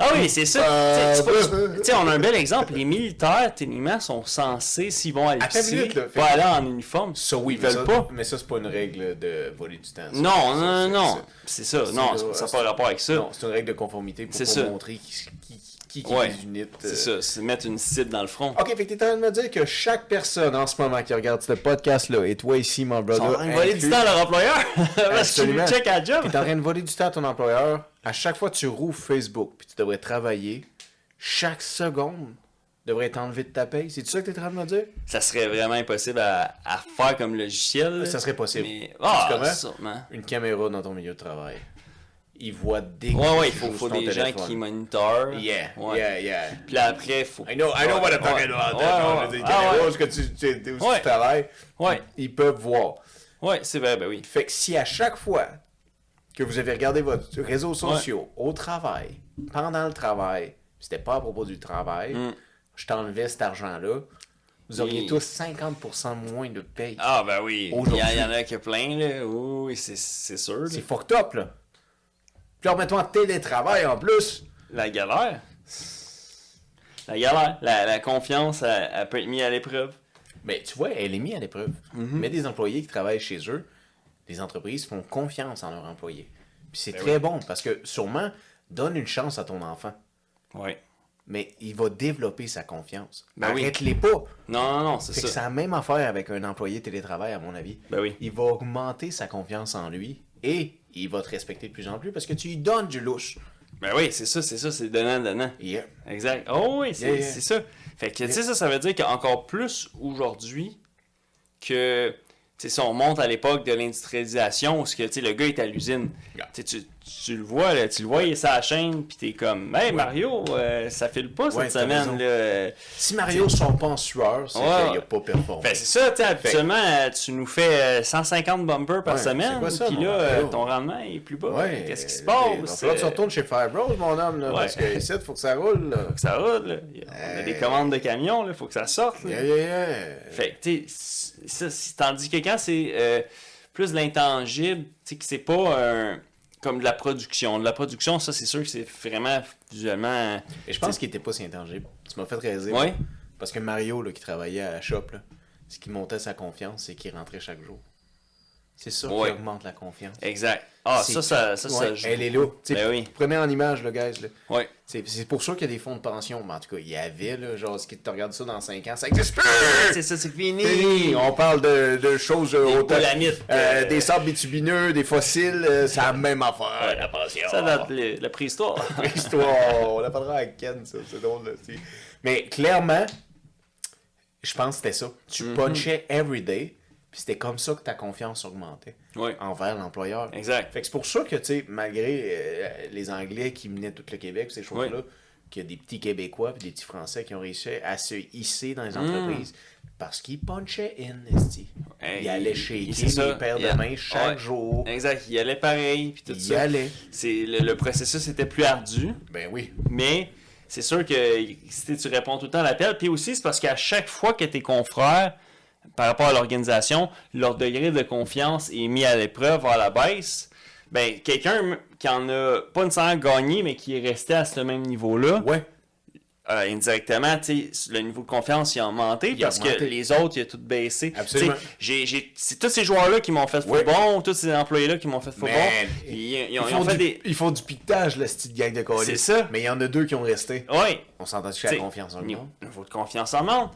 Speaker 2: ah oui, c'est ça.
Speaker 1: Euh,
Speaker 2: Tu sais, tu peux-
Speaker 1: bah.
Speaker 2: tu sais, on a un bel exemple. Les militaires, techniquement, sont censés, s'ils vont à
Speaker 1: Attends une
Speaker 2: l'épicerie,
Speaker 1: minute, là. Fait
Speaker 2: pas
Speaker 1: que-
Speaker 2: aller en uniforme.
Speaker 1: Ça, oui,
Speaker 2: Ils
Speaker 1: mais
Speaker 2: veulent
Speaker 1: ça-
Speaker 2: pas.
Speaker 1: Mais ça, c'est pas une règle de voler du temps. ça.
Speaker 2: Non,
Speaker 1: Ça,
Speaker 2: non,
Speaker 1: c'est-
Speaker 2: non. C'est ça.
Speaker 1: c'est-
Speaker 2: Non,
Speaker 1: c'est-
Speaker 2: ça n'a pas rapport avec ça.
Speaker 1: c'est- Non, c'est une règle de conformité pour,
Speaker 2: C'est
Speaker 1: pour
Speaker 2: ça.
Speaker 1: montrer qui, qui, qui, qui
Speaker 2: Ouais.
Speaker 1: les unite, euh.
Speaker 2: C'est ça. C'est mettre une cible dans le front.
Speaker 1: Ok, fait que t'es en train de me dire que chaque personne en ce moment qui regarde ce podcast-là, et toi ici, mon
Speaker 2: Ils sont en
Speaker 1: brother,
Speaker 2: train de voler du
Speaker 1: inclus,
Speaker 2: temps à leur employeur. Parce qu'ils
Speaker 1: Absolument.
Speaker 2: check à la job.
Speaker 1: T'es en train de voler du temps à ton employeur. À chaque fois que tu rouves Facebook, puis tu devrais travailler, chaque seconde devrait être enlevée de ta paye. C'est ça que t'es en train de me dire?
Speaker 2: Ça serait vraiment impossible à, à faire comme logiciel. là.
Speaker 1: Ça serait possible.
Speaker 2: Mais... Ah,
Speaker 1: Tu comprends?
Speaker 2: sûrement.
Speaker 1: Une caméra dans ton milieu de travail. Ils voient des
Speaker 2: Ouais, ouais, il faut, faut des gens qui monitorent.
Speaker 1: Yeah,
Speaker 2: Ouais.
Speaker 1: yeah, yeah.
Speaker 2: Puis là, après, faut.
Speaker 1: I know, I know what I'm talking
Speaker 2: Ouais.
Speaker 1: about.
Speaker 2: Ouais,
Speaker 1: Genre,
Speaker 2: ouais,
Speaker 1: je veux dire,
Speaker 2: ouais.
Speaker 1: caméras,
Speaker 2: Ah, ouais.
Speaker 1: où est-ce que tu, tu- tu- où est-ce que
Speaker 2: Ouais.
Speaker 1: tu travailles,
Speaker 2: Ouais.
Speaker 1: ils peuvent voir.
Speaker 2: Ouais, c'est vrai, ben oui.
Speaker 1: Fait que si à chaque fois que vous avez regardé votre réseau sociaux au travail, pendant le travail, c'était pas à propos du travail, je t'enlevais cet argent-là, vous auriez
Speaker 2: Mm.
Speaker 1: tous 50% moins de paye.
Speaker 2: Ah, ben oui. Il
Speaker 1: Aujourd'hui.
Speaker 2: y, en a que plein, là. Oui, c'est- c'est sûr. là.
Speaker 1: C'est fucked up, là. Puis alors, mettons en télétravail en plus.
Speaker 2: La galère. La galère. La, la confiance, elle, elle peut être mise à l'épreuve.
Speaker 1: Mais tu vois, elle est mise à l'épreuve.
Speaker 2: Mm-hmm.
Speaker 1: Mais des employés qui travaillent chez eux, les entreprises font confiance en leurs employés. Puis
Speaker 2: Ben
Speaker 1: c'est très bon parce que sûrement, donne une chance à ton enfant.
Speaker 2: Ouais.
Speaker 1: Mais il va développer sa confiance.
Speaker 2: Ben oui.
Speaker 1: Arrête-les pas.
Speaker 2: Non, non, non, c'est
Speaker 1: Fait que
Speaker 2: ça.
Speaker 1: c'est la même affaire avec un employé télétravail, à mon avis.
Speaker 2: Ben oui.
Speaker 1: Il va augmenter sa confiance en lui et il va te respecter de plus en plus parce que tu lui donnes du louche. euh,
Speaker 2: Ben oui, c'est ça, c'est ça, c'est donnant, donnant.
Speaker 1: Yeah.
Speaker 2: Exact. Oh oui, c'est
Speaker 1: Yeah, yeah.
Speaker 2: c'est ça. Fait que, tu sais, ça, ça veut dire qu'encore plus aujourd'hui que, tu sais, si on monte à l'époque de l'industrialisation, où ce que, tu sais, le gars est à l'usine,
Speaker 1: Yeah.
Speaker 2: tu, sais, tu, tu le vois, là, tu le vois, il est sur la chaîne, puis t'es comme, « Hey, Mario, euh, ça file pas cette
Speaker 1: Ouais, t'as raison.
Speaker 2: semaine, là. »
Speaker 1: Si Mario ne sort pas en sueur, c'est
Speaker 2: Ouais.
Speaker 1: qu'il n'a pas performé.
Speaker 2: Fait que c'est ça, tu sais, habituellement, euh, tu nous fais euh, 150 bumpers par
Speaker 1: Ouais, c'est
Speaker 2: semaine,
Speaker 1: quoi ça,
Speaker 2: puis
Speaker 1: mon
Speaker 2: là,
Speaker 1: Mario?
Speaker 2: euh, ton rendement est plus bas.
Speaker 1: Ouais,
Speaker 2: Qu'est-ce qui se
Speaker 1: Il va
Speaker 2: passe?
Speaker 1: falloir que tu
Speaker 2: Euh,
Speaker 1: retournes chez Fire Bros, mon homme, là,
Speaker 2: Ouais.
Speaker 1: parce que ici, il faut que ça roule. Là.
Speaker 2: que ça roule, là. On a des commandes de camions, il faut que ça sorte. là.
Speaker 1: Euh, Yeah, yeah, yeah.
Speaker 2: Euh, Fait que, tu sais, ça, c'est- tandis que quand c'est euh, plus de l'intangible, tu sais, que c'est pas un- comme de la production. De la production, ça, c'est sûr que c'est vraiment visuellement.
Speaker 1: Et je pense qu'il était pas si intangible. Tu m'as fait réaliser.
Speaker 2: Ouais.
Speaker 1: là. Parce que Mario, là, qui travaillait à la shop, là, ce qui montait sa confiance, c'est qu'il rentrait chaque jour. C'est ça
Speaker 2: Ouais.
Speaker 1: qui augmente la confiance.
Speaker 2: Exact. Ah,
Speaker 1: C'est-
Speaker 2: ça, ça, ça, ça
Speaker 1: Ouais,
Speaker 2: joue.
Speaker 1: Elle est là. Tu sais,
Speaker 2: Ben oui.
Speaker 1: Prenez en image, le guys. là.
Speaker 2: Ouais.
Speaker 1: C'est c'est pour ça qu'il y a des fonds de pension. Mais en tout cas, il y avait, là, genre, ce qui te regarde ça dans 5 ans, ça existe plus!
Speaker 2: C'est ça, c'est fini.
Speaker 1: Fini. On parle de, de choses euh,
Speaker 2: Des
Speaker 1: autant-
Speaker 2: boulamites,
Speaker 1: euh,
Speaker 2: euh,
Speaker 1: des sables bitumineux, des fossiles, euh, c'est la même affaire. la pension.
Speaker 2: Ça date de la préhistoire.
Speaker 1: Histoire, on l'apprendra à Ken, ça, c'est drôle aussi. Mais clairement, je pense que c'était ça. Tu
Speaker 2: Mm-hmm.
Speaker 1: punchais everyday, puis c'était comme ça que ta confiance augmentait
Speaker 2: Ouais.
Speaker 1: envers l'employeur.
Speaker 2: Exact.
Speaker 1: Fait que c'est pour ça que, tu sais, malgré euh, les Anglais qui menaient tout le Québec, ces choses-là,
Speaker 2: Oui.
Speaker 1: qu'il y a des petits Québécois puis des petits Français qui ont réussi à se hisser dans les
Speaker 2: Hmm.
Speaker 1: entreprises parce qu'ils punchaient in, esti.
Speaker 2: Hey,
Speaker 1: Ils allaient
Speaker 2: il-
Speaker 1: shaker
Speaker 2: c'est ça.
Speaker 1: les paires
Speaker 2: Il-
Speaker 1: de mains chaque
Speaker 2: ouais.
Speaker 1: jour.
Speaker 2: Exact. Il allait pareil, puis tout
Speaker 1: Il
Speaker 2: ça.
Speaker 1: allait.
Speaker 2: C'est, le, le processus était plus ardu.
Speaker 1: Ben oui.
Speaker 2: Mais c'est sûr que si tu réponds tout le temps à l'appel, puis aussi c'est parce qu'à chaque fois que tes confrères, par rapport à l'organisation, leur degré de confiance est mis à l'épreuve, à la baisse, ben quelqu'un qui en a pas nécessairement gagné, mais qui est resté à ce même niveau-là,
Speaker 1: Ouais.
Speaker 2: euh, indirectement, tu sais, le niveau de confiance il a augmenté
Speaker 1: a
Speaker 2: parce que
Speaker 1: augmenté.
Speaker 2: les autres, il a tout baissé.
Speaker 1: Absolument.
Speaker 2: Tu sais, j'ai- j'ai- C'est tous ces joueurs-là qui m'ont fait faux
Speaker 1: Ouais.
Speaker 2: bon, tous ces employés-là qui m'ont fait faux
Speaker 1: Man,
Speaker 2: bon. Ils, ils ont,
Speaker 1: Ils
Speaker 2: ils ont
Speaker 1: font,
Speaker 2: fait
Speaker 1: du,
Speaker 2: des.
Speaker 1: ils font du piquetage, la petite gang de colis.
Speaker 2: C'est ça.
Speaker 1: Mais il y en a deux qui ont resté.
Speaker 2: Ouais,
Speaker 1: On s'entend sur la
Speaker 2: T'sais,
Speaker 1: confiance en le
Speaker 2: niveau,
Speaker 1: monde.
Speaker 2: niveau de confiance en monde.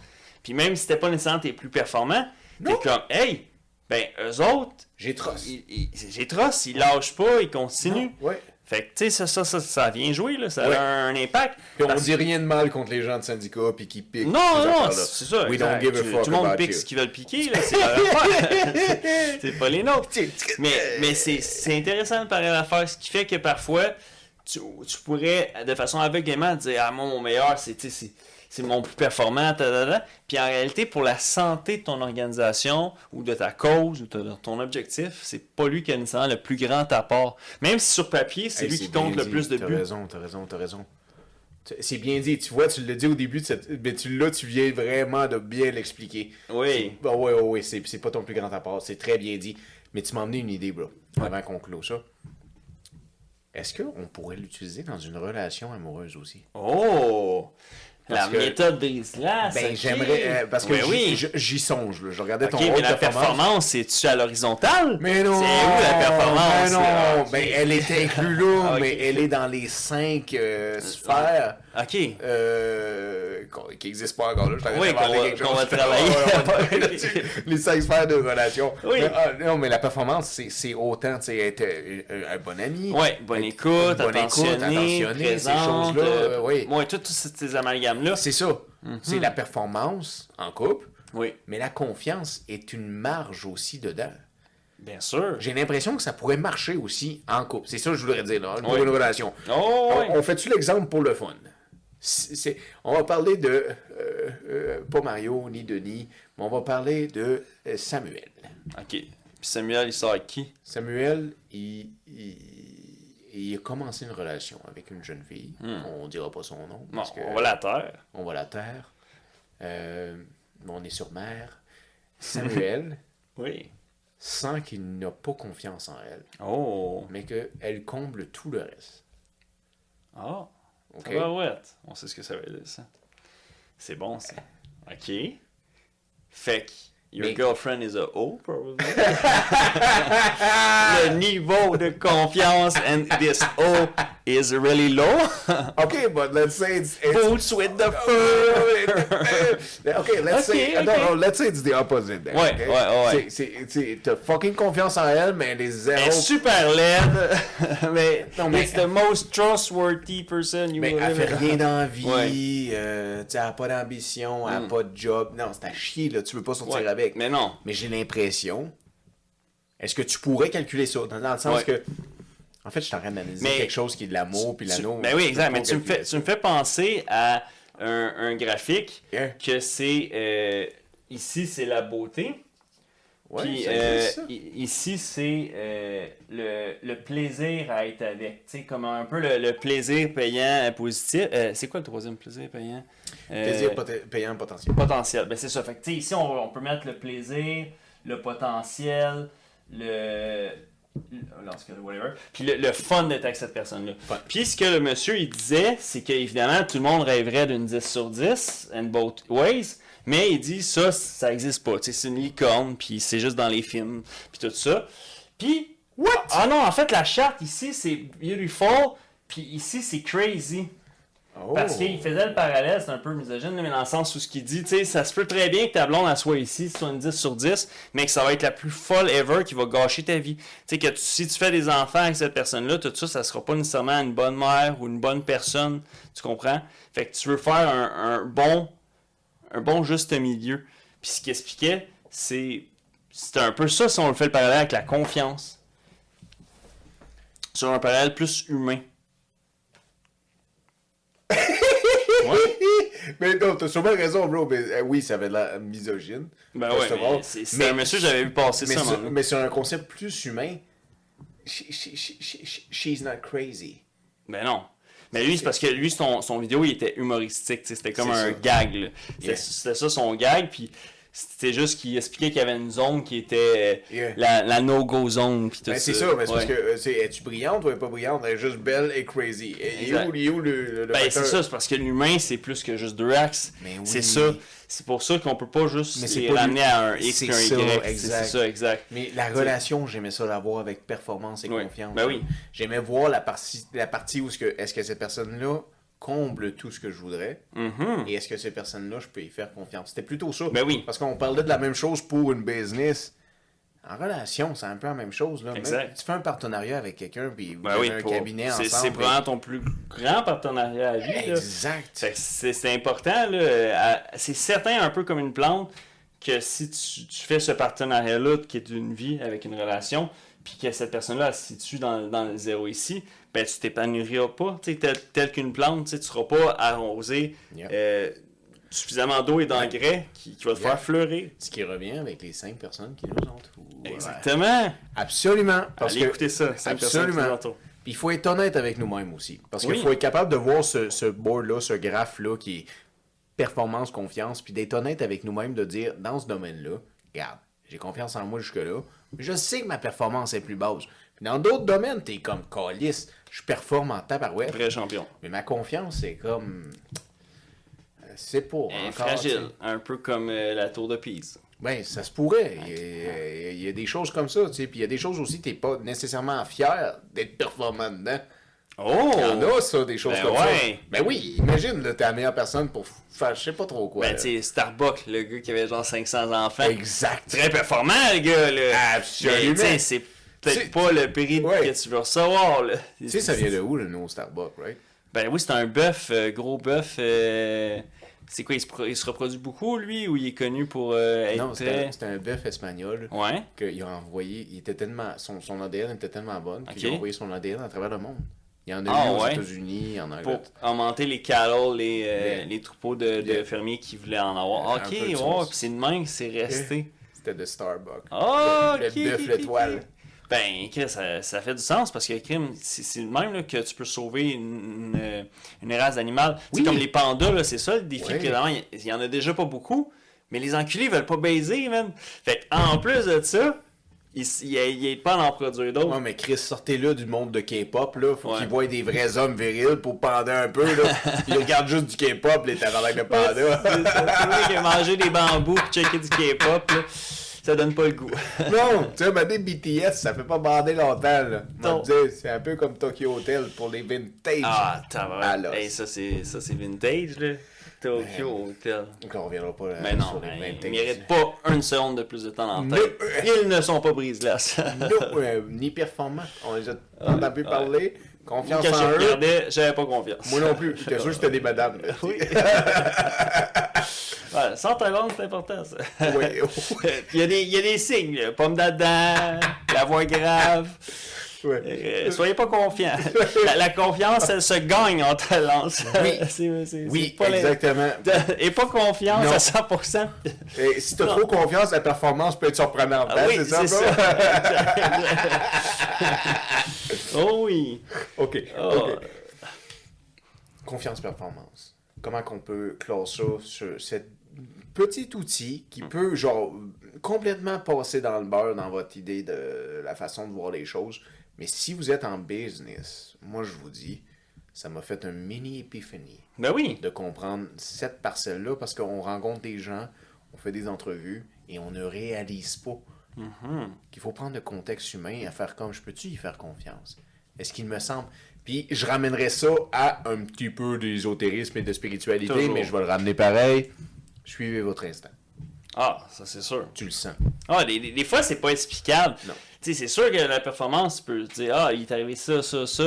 Speaker 2: Puis même si t'es pas nécessairement tes plus performant, t'es
Speaker 1: Non.
Speaker 2: comme, hey, ben eux autres,
Speaker 1: J'ai trosse.
Speaker 2: ils- ils- j'ai trosse, ils lâchent pas, ils continuent.
Speaker 1: Ouais.
Speaker 2: Fait que, tu sais, ça, ça, ça, ça vient jouer, là, ça
Speaker 1: Ouais.
Speaker 2: a un impact.
Speaker 1: Puis on
Speaker 2: Parce-
Speaker 1: dit rien de mal contre les gens de syndicats puis qui piquent.
Speaker 2: Non,
Speaker 1: ces
Speaker 2: non,
Speaker 1: affaires-là.
Speaker 2: c'est ça.
Speaker 1: We
Speaker 2: exact.
Speaker 1: don't give a
Speaker 2: Tu-
Speaker 1: fuck
Speaker 2: Tout le monde
Speaker 1: about
Speaker 2: pique
Speaker 1: you.
Speaker 2: ce qu'ils veulent piquer, là, c'est leur affaire. C'est pas les nôtres.
Speaker 1: Euh,
Speaker 2: Mais, mais c'est c'est intéressant de parler à l'affaire, ce qui fait que parfois, tu, tu pourrais, de façon aveuglément, dire Ah, moi, mon meilleur, c'est tu sais, c'est- c'est mon plus performant, ta, ta, ta. Puis en réalité, pour la santé de ton organisation ou de ta cause ou de ton objectif, c'est pas lui qui a nécessairement le plus grand apport. Même si sur papier, c'est
Speaker 1: Hey,
Speaker 2: lui qui compte
Speaker 1: bien
Speaker 2: le
Speaker 1: dit.
Speaker 2: plus de
Speaker 1: T'as
Speaker 2: buts.
Speaker 1: raison, t'as raison, t'as raison. Tu- C'est bien dit. Tu vois, tu l'as dit au début, de cette... mais tu là, tu viens vraiment de bien l'expliquer.
Speaker 2: Oui.
Speaker 1: Ah ouais, ouais, ouais, c'est c'est pas ton plus grand apport. C'est très bien dit. Mais tu m'as emmené une idée, bro, avant qu'on clôt ça. Est-ce qu'on pourrait l'utiliser dans une relation amoureuse aussi?
Speaker 2: Oh!
Speaker 1: Parce
Speaker 2: la
Speaker 1: que-
Speaker 2: méthode brise glace.
Speaker 1: Ben, j'aimerais. euh, parce que
Speaker 2: oui,
Speaker 1: j'y- j'-
Speaker 2: oui.
Speaker 1: j'y songe. là. Je regardais
Speaker 2: Ok,
Speaker 1: ton
Speaker 2: mais
Speaker 1: rôle
Speaker 2: la
Speaker 1: de performance.
Speaker 2: performance, c'est-tu à l'horizontale?
Speaker 1: Mais non!
Speaker 2: C'est où la performance?
Speaker 1: Mais non!
Speaker 2: là? Ah,
Speaker 1: Ben, elle est inclue là,
Speaker 2: Ok.
Speaker 1: mais elle est dans les cinq euh, sphères
Speaker 2: Ok.
Speaker 1: euh, qu'on- qui n'existent pas encore. Là. Je t'arrête
Speaker 2: Oui,
Speaker 1: d'inventer
Speaker 2: qu'on va-
Speaker 1: quelque chose.
Speaker 2: qu'on va travailler.
Speaker 1: Ouais, on va travailler là-dessus. les cinq sphères de relation.
Speaker 2: Oui.
Speaker 1: Mais, ah, non, mais la performance, c'est- c'est autant tu sais, être euh, euh, un bon ami.
Speaker 2: Ouais, bonne
Speaker 1: être-
Speaker 2: écoute,
Speaker 1: bonne écoute,
Speaker 2: attentionné,
Speaker 1: attentionné,
Speaker 2: présente,
Speaker 1: ces choses-là,
Speaker 2: euh,
Speaker 1: oui.
Speaker 2: ouais, tout- tous ces- ces amalgames-là.
Speaker 1: C'est ça.
Speaker 2: Mm-hmm.
Speaker 1: C'est la performance en couple,
Speaker 2: Oui,
Speaker 1: mais la confiance est une marge aussi dedans.
Speaker 2: bien sûr.
Speaker 1: J'ai l'impression que ça pourrait marcher aussi en couple. C'est ça que je voudrais dire, là, pour
Speaker 2: Oui.
Speaker 1: une relation.
Speaker 2: Oh,
Speaker 1: On-
Speaker 2: ouais.
Speaker 1: On, fait-tu l'exemple pour le fun? C'est- c'est- on va parler de. euh, euh, pas Mario ni Denis, mais on va parler de euh, Samuel.
Speaker 2: Ok. Puis Samuel, il sort avec qui?
Speaker 1: Samuel, il, il- il a commencé une relation avec une jeune fille. On dira pas son nom.
Speaker 2: Hmm. Non,
Speaker 1: Parce que
Speaker 2: on va la terre.
Speaker 1: on va la terre. Euh, on est sur mer. Samuel
Speaker 2: Oui.
Speaker 1: sent qu'il n'a pas confiance en elle,
Speaker 2: Oh.
Speaker 1: mais qu'elle comble tout le reste.
Speaker 2: Ah.
Speaker 1: OK?
Speaker 2: Ah ouais. On sait ce que ça veut dire, ça. C'est bon, ça. Ok. Fait que your
Speaker 1: Mais-
Speaker 2: girlfriend is a O, probably. Le niveau de confiance and this O is really low.
Speaker 1: Okay, but let's say it's, it's
Speaker 2: Boots with the fur.
Speaker 1: okay, let's say
Speaker 2: Okay,
Speaker 1: no,
Speaker 2: okay.
Speaker 1: no, let's say it's the opposite. Then,
Speaker 2: Ouais,
Speaker 1: okay?
Speaker 2: ouais, ouais.
Speaker 1: C'est- c'est- c'est- t'as fucking confiance en elle, mais elle est zéro.
Speaker 2: Elle est super laide, mais,
Speaker 1: Non, mais-
Speaker 2: it's the most trustworthy person you
Speaker 1: mais
Speaker 2: will
Speaker 1: elle fait
Speaker 2: ever
Speaker 1: rien dans la vie. euh, tu sais, elle n'a pas d'ambition, elle n'a pas de job. Non, c'est à chier là. Tu veux pas sortir
Speaker 2: Mm. Ouais,
Speaker 1: avec.
Speaker 2: Mais non.
Speaker 1: Mais j'ai l'impression. Est-ce que tu pourrais calculer ça dans, dans le sens
Speaker 2: Ouais.
Speaker 1: que. En fait, je suis en train d'analyser
Speaker 2: Mais-
Speaker 1: quelque chose qui est de l'amour puis
Speaker 2: Tu-
Speaker 1: l'anneau.
Speaker 2: ben oui, exact.
Speaker 1: je
Speaker 2: Mais
Speaker 1: peux
Speaker 2: tu me,
Speaker 1: calculer
Speaker 2: fais,
Speaker 1: ça.
Speaker 2: tu me fais penser à un, un graphique
Speaker 1: Yeah.
Speaker 2: que c'est. euh, ici, c'est la beauté.
Speaker 1: Ouais,
Speaker 2: puis
Speaker 1: ça
Speaker 2: euh,
Speaker 1: existe, ça.
Speaker 2: i- ici, c'est euh, le, le plaisir à être avec. Tu sais, comme un peu le, le plaisir payant euh, positif. Euh, c'est quoi le troisième plaisir payant Euh,
Speaker 1: Plaisir poten- payant potentiel.
Speaker 2: potentiel. Ben, c'est ça. Fait que, tu sais, ici, on, on peut mettre le plaisir, le potentiel, le. le- en tout cas, whatever. Puis le, le fun d'être avec cette personne-là.
Speaker 1: Fun.
Speaker 2: Puis ce que le monsieur il disait, c'est qu'évidemment, tout le monde rêverait d'une 10 sur 10, and both ways, mais il dit ça, ça existe pas. Tu sais, c'est une licorne, puis c'est juste dans les films, puis tout ça. Puis.
Speaker 1: What?
Speaker 2: Ah non, en fait, la charte ici, c'est beautiful, puis ici, c'est crazy. Parce
Speaker 1: Oh.
Speaker 2: qu'il faisait le parallèle, c'est un peu misogyne, mais dans le sens où ce qu'il dit, tu sais, ça se peut très bien que ta blonde, elle soit ici, soit une 10 sur 10, mais que ça va être la plus folle ever qui va gâcher ta vie. Tu sais, que tu- si tu fais des enfants avec cette personne-là, tout ça, ça sera pas nécessairement une bonne mère ou une bonne personne, tu comprends? Fait que tu veux faire un, un bon, un bon juste milieu. Puis ce qu'il expliquait, c'est, c'est un peu ça si on le fait le parallèle avec la confiance. Sur un parallèle plus humain.
Speaker 1: mais non, t'as sûrement raison, bro. Mais, euh, oui, ça avait de la misogyne.
Speaker 2: Ben
Speaker 1: first
Speaker 2: ouais,
Speaker 1: of all.
Speaker 2: mais c'est c'est un monsieur, j'avais vu passer
Speaker 1: mais
Speaker 2: ça,
Speaker 1: sur,
Speaker 2: moi.
Speaker 1: mais sur un concept plus humain, she- she- she- she- she- she's not crazy.
Speaker 2: Ben non. Mais lui, c'est parce que lui, son, son vidéo, il était humoristique. tu sais, C'était comme
Speaker 1: C'est
Speaker 2: un
Speaker 1: ça.
Speaker 2: gag. là. C'était
Speaker 1: Yeah.
Speaker 2: c'était ça son gag. Puis c'était juste qu'il expliquait qu'il y avait une zone qui était euh,
Speaker 1: Yeah.
Speaker 2: la, la no-go zone. Puis tout
Speaker 1: Ben, c'est ça, mais c'est parce que euh, c'est, es-tu brillante ou est pas brillante? Elle est juste belle et crazy. Et, et
Speaker 2: Exact.
Speaker 1: où, et où le, le- le
Speaker 2: Ben,
Speaker 1: facteur-
Speaker 2: c'est ça, c'est parce que l'humain, c'est plus que juste deux axes.
Speaker 1: Mais oui.
Speaker 2: C'est ça. C'est pour ça qu'on peut pas juste
Speaker 1: Mais c'est
Speaker 2: les
Speaker 1: pas
Speaker 2: ramener
Speaker 1: lui-
Speaker 2: à un X
Speaker 1: c'est
Speaker 2: et un Y.
Speaker 1: ça,
Speaker 2: tu sais,
Speaker 1: exact.
Speaker 2: C'est ça, exact.
Speaker 1: Mais la relation, j'aimais ça l'avoir avec performance et
Speaker 2: Oui.
Speaker 1: confiance.
Speaker 2: Ben oui.
Speaker 1: J'aimais voir la partie, la partie où est-ce que, est-ce que cette personne-là comble tout ce que je voudrais
Speaker 2: Mhm.
Speaker 1: et est-ce que cette personne-là, je peux y faire confiance. C'était plutôt ça.
Speaker 2: Ben oui.
Speaker 1: Parce qu'on parlait de la même chose pour une business. En relation, c'est un peu la même chose. Là. Même
Speaker 2: Exact.
Speaker 1: si tu fais un partenariat avec quelqu'un, puis vous
Speaker 2: Ben
Speaker 1: avez
Speaker 2: oui,
Speaker 1: un
Speaker 2: pour-
Speaker 1: cabinet
Speaker 2: c'est-
Speaker 1: ensemble.
Speaker 2: C'est
Speaker 1: ben-
Speaker 2: vraiment ton plus grand partenariat à vie. là.
Speaker 1: Exact.
Speaker 2: Fait que C'est c'est important. là, euh, à- C'est certain, un peu comme une plante, que si tu, tu fais ce partenariat-là, qui est une vie avec une relation, puis que cette personne-là elle se situe dans, dans le zéro ici, ben tu t'épanouiras pas. Tu sais, Tel, tel qu'une plante, tu sais, tu seras pas arrosé
Speaker 1: Yep.
Speaker 2: euh, suffisamment d'eau et d'engrais qui, qui va te
Speaker 1: Yep.
Speaker 2: faire fleurir.
Speaker 1: Ce qui revient avec les cinq personnes qui nous entourent.
Speaker 2: Exactement.
Speaker 1: Absolument. Parce
Speaker 2: Allez
Speaker 1: que
Speaker 2: écouter ça. cinq personnes qui
Speaker 1: absolument.
Speaker 2: nous entourent.
Speaker 1: il faut être honnête avec nous-mêmes aussi. Parce qu'il
Speaker 2: Oui.
Speaker 1: faut être capable de voir ce, ce board-là, ce graphe-là qui est performance, confiance, puis d'être honnête avec nous-mêmes, de dire dans ce domaine-là, regarde, j'ai confiance en moi jusque-là, mais je sais que ma performance est plus basse. Puis dans d'autres domaines, t'es comme calice, je performe en tabarouette,
Speaker 2: Vrai champion.
Speaker 1: mais ma confiance, c'est comme. euh, C'est pas.
Speaker 2: Elle est
Speaker 1: encore, tu sais.
Speaker 2: fragile, un peu comme euh, la tour de Pise.
Speaker 1: Ben, ça se pourrait. Il y a- il y, a des choses comme ça, tu sais. Puis il y a des choses aussi, t'es pas nécessairement fier d'être performant dedans.
Speaker 2: Oh!
Speaker 1: Il y en a, ça, des choses
Speaker 2: Ben
Speaker 1: comme
Speaker 2: ouais.
Speaker 1: ça. Ben oui, imagine, là, t'es la meilleure personne pour f- faire je sais pas trop quoi.
Speaker 2: Ben,
Speaker 1: là.
Speaker 2: tu sais, Starbucks, le gars qui avait genre 500 enfants.
Speaker 1: exact.
Speaker 2: Très performant, le gars, là.
Speaker 1: Absolument.
Speaker 2: Mais, tu sais, c'est
Speaker 1: C'est-
Speaker 2: peut-être pas le prix
Speaker 1: Ouais.
Speaker 2: que tu veux recevoir, là.
Speaker 1: Tu sais, ça vient de où, le nouveau Starbucks, right?
Speaker 2: Ben oui, c'est un bœuf, euh, gros bœuf. euh, C'est quoi, il se, pro- il se reproduit beaucoup, lui, ou il est connu pour euh, être
Speaker 1: Non, c'était
Speaker 2: très...
Speaker 1: c'était un bœuf espagnol
Speaker 2: Ouais.
Speaker 1: qu'il a envoyé. Il était tellement, son, son ADN était tellement bonne qu'il
Speaker 2: Ok.
Speaker 1: a envoyé son ADN à travers le monde. Il y en a
Speaker 2: Ah,
Speaker 1: eu aux
Speaker 2: ouais.
Speaker 1: États-Unis, en
Speaker 2: Pour
Speaker 1: Angleterre.
Speaker 2: augmenter les carols, les, euh,
Speaker 1: Les-
Speaker 2: les troupeaux de, de
Speaker 1: les-
Speaker 2: fermiers qui voulaient en avoir.
Speaker 1: Un
Speaker 2: ok,
Speaker 1: peu de
Speaker 2: ouais,
Speaker 1: sauce. Eh.
Speaker 2: puis c'est de même que c'est resté.
Speaker 1: C'était de Starbucks.
Speaker 2: Ah,
Speaker 1: Le- le
Speaker 2: ok,
Speaker 1: bœuf,
Speaker 2: ok,
Speaker 1: l'étoile.
Speaker 2: ok. Ben, Chris, ça, ça fait du sens parce que crime, c'est c'est le même là, que tu peux sauver une, une- une race d'animal. Tu
Speaker 1: Oui.
Speaker 2: sais, comme les pandas, là, c'est ça le défi.
Speaker 1: Ouais.
Speaker 2: que, vraiment, il il y en a déjà pas beaucoup, mais les enculés ils veulent pas baiser, man. Fait que, en plus de ça, ils ils ils aident pas à en produire d'autres.
Speaker 1: Ouais, mais Chris, sortez-le du monde de K-pop, là. Faut
Speaker 2: Ouais.
Speaker 1: qu'il voie des vrais hommes virils pour pander un peu, là. Il regarde juste du K-pop, les tabarnak de panda.
Speaker 2: C'est- c'est vrai que manger des bambous et checker du K-pop, là, ça donne pas le goût.
Speaker 1: Non, tu sais, ben, des BTS, ça fait pas bander longtemps, là. Moi,
Speaker 2: Non.
Speaker 1: je veux dire, C'est un peu comme Tokyo Hotel pour les vintage.
Speaker 2: Ah,
Speaker 1: Alors.
Speaker 2: tabarnak. Hey, ça, c'est ça, c'est vintage, là.
Speaker 1: Ben,
Speaker 2: Tokyo Hotel.
Speaker 1: Donc, on reviendra pas là,
Speaker 2: Mais Ben non,
Speaker 1: Euh, sur les
Speaker 2: mais
Speaker 1: vintage.
Speaker 2: ils méritent pas une seconde de plus de temps dans la tête. Ils ne sont pas brise-glace.
Speaker 1: Non, euh, ni performants. On les a
Speaker 2: Ah,
Speaker 1: tant entendu parler.
Speaker 2: Quand
Speaker 1: Confiance en
Speaker 2: je
Speaker 1: eux.
Speaker 2: regardais, j'avais pas confiance.
Speaker 1: Moi non plus. J'étais sûr que c'était des madames. là.
Speaker 2: Oui. voilà, 100 secondes, c'est important, ça.
Speaker 1: Ouais.
Speaker 2: il, y a des, il y a des signes, là. pomme d'Adam, la voix grave.
Speaker 1: Ouais.
Speaker 2: Euh, soyez pas confiants. La, la confiance, elle se gagne en talent.
Speaker 1: Oui.
Speaker 2: C'est- c'est-
Speaker 1: Oui,
Speaker 2: c'est pas la-
Speaker 1: exactement.
Speaker 2: Et pas confiance
Speaker 1: Non.
Speaker 2: à 100%.
Speaker 1: Et si t'as trop confiance, la performance peut être surprenante.
Speaker 2: Ah
Speaker 1: hein,
Speaker 2: oui,
Speaker 1: c'est ça, bro?
Speaker 2: oh oui.
Speaker 1: OK.
Speaker 2: Oh.
Speaker 1: OK. Confiance-performance. Comment qu'on peut clore ça sur cet petit outil qui peut, genre, complètement passer dans le beurre dans votre idée de la façon de voir les choses. Mais si vous êtes en business, moi, je vous dis, ça m'a fait un mini épiphanie
Speaker 2: Ben oui.
Speaker 1: de comprendre cette parcelle-là parce qu'on rencontre des gens, on fait des entrevues et on ne réalise pas
Speaker 2: Mm-hmm.
Speaker 1: qu'il faut prendre le contexte humain et à faire comme je peux-tu y faire confiance. Est-ce qu'il me semble? Puis je ramènerai ça à un petit peu d'ésotérisme et de spiritualité,
Speaker 2: Toujours.
Speaker 1: mais je vais le ramener pareil. Suivez votre instinct.
Speaker 2: Ah, ça c'est sûr.
Speaker 1: Tu le sens.
Speaker 2: Ah, des, des- des fois, c'est pas explicable.
Speaker 1: Non.
Speaker 2: Tu sais, c'est sûr que la performance, tu peux dire, ah, il est arrivé ça, ça, ça.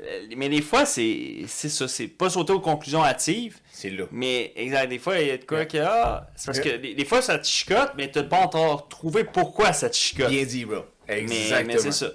Speaker 2: Euh, Mais des fois, c'est c'est ça, c'est pas sauter aux conclusions hâtives.
Speaker 1: C'est là.
Speaker 2: Mais, exact, des fois, il y a de quoi que, ah, c'est parce
Speaker 1: Ouais.
Speaker 2: que des, des fois, ça te chicote, mais t'as pas encore trouvé pourquoi ça te chicote.
Speaker 1: Bien dit, bro.
Speaker 2: Mais,
Speaker 1: Exactement.
Speaker 2: mais c'est ça.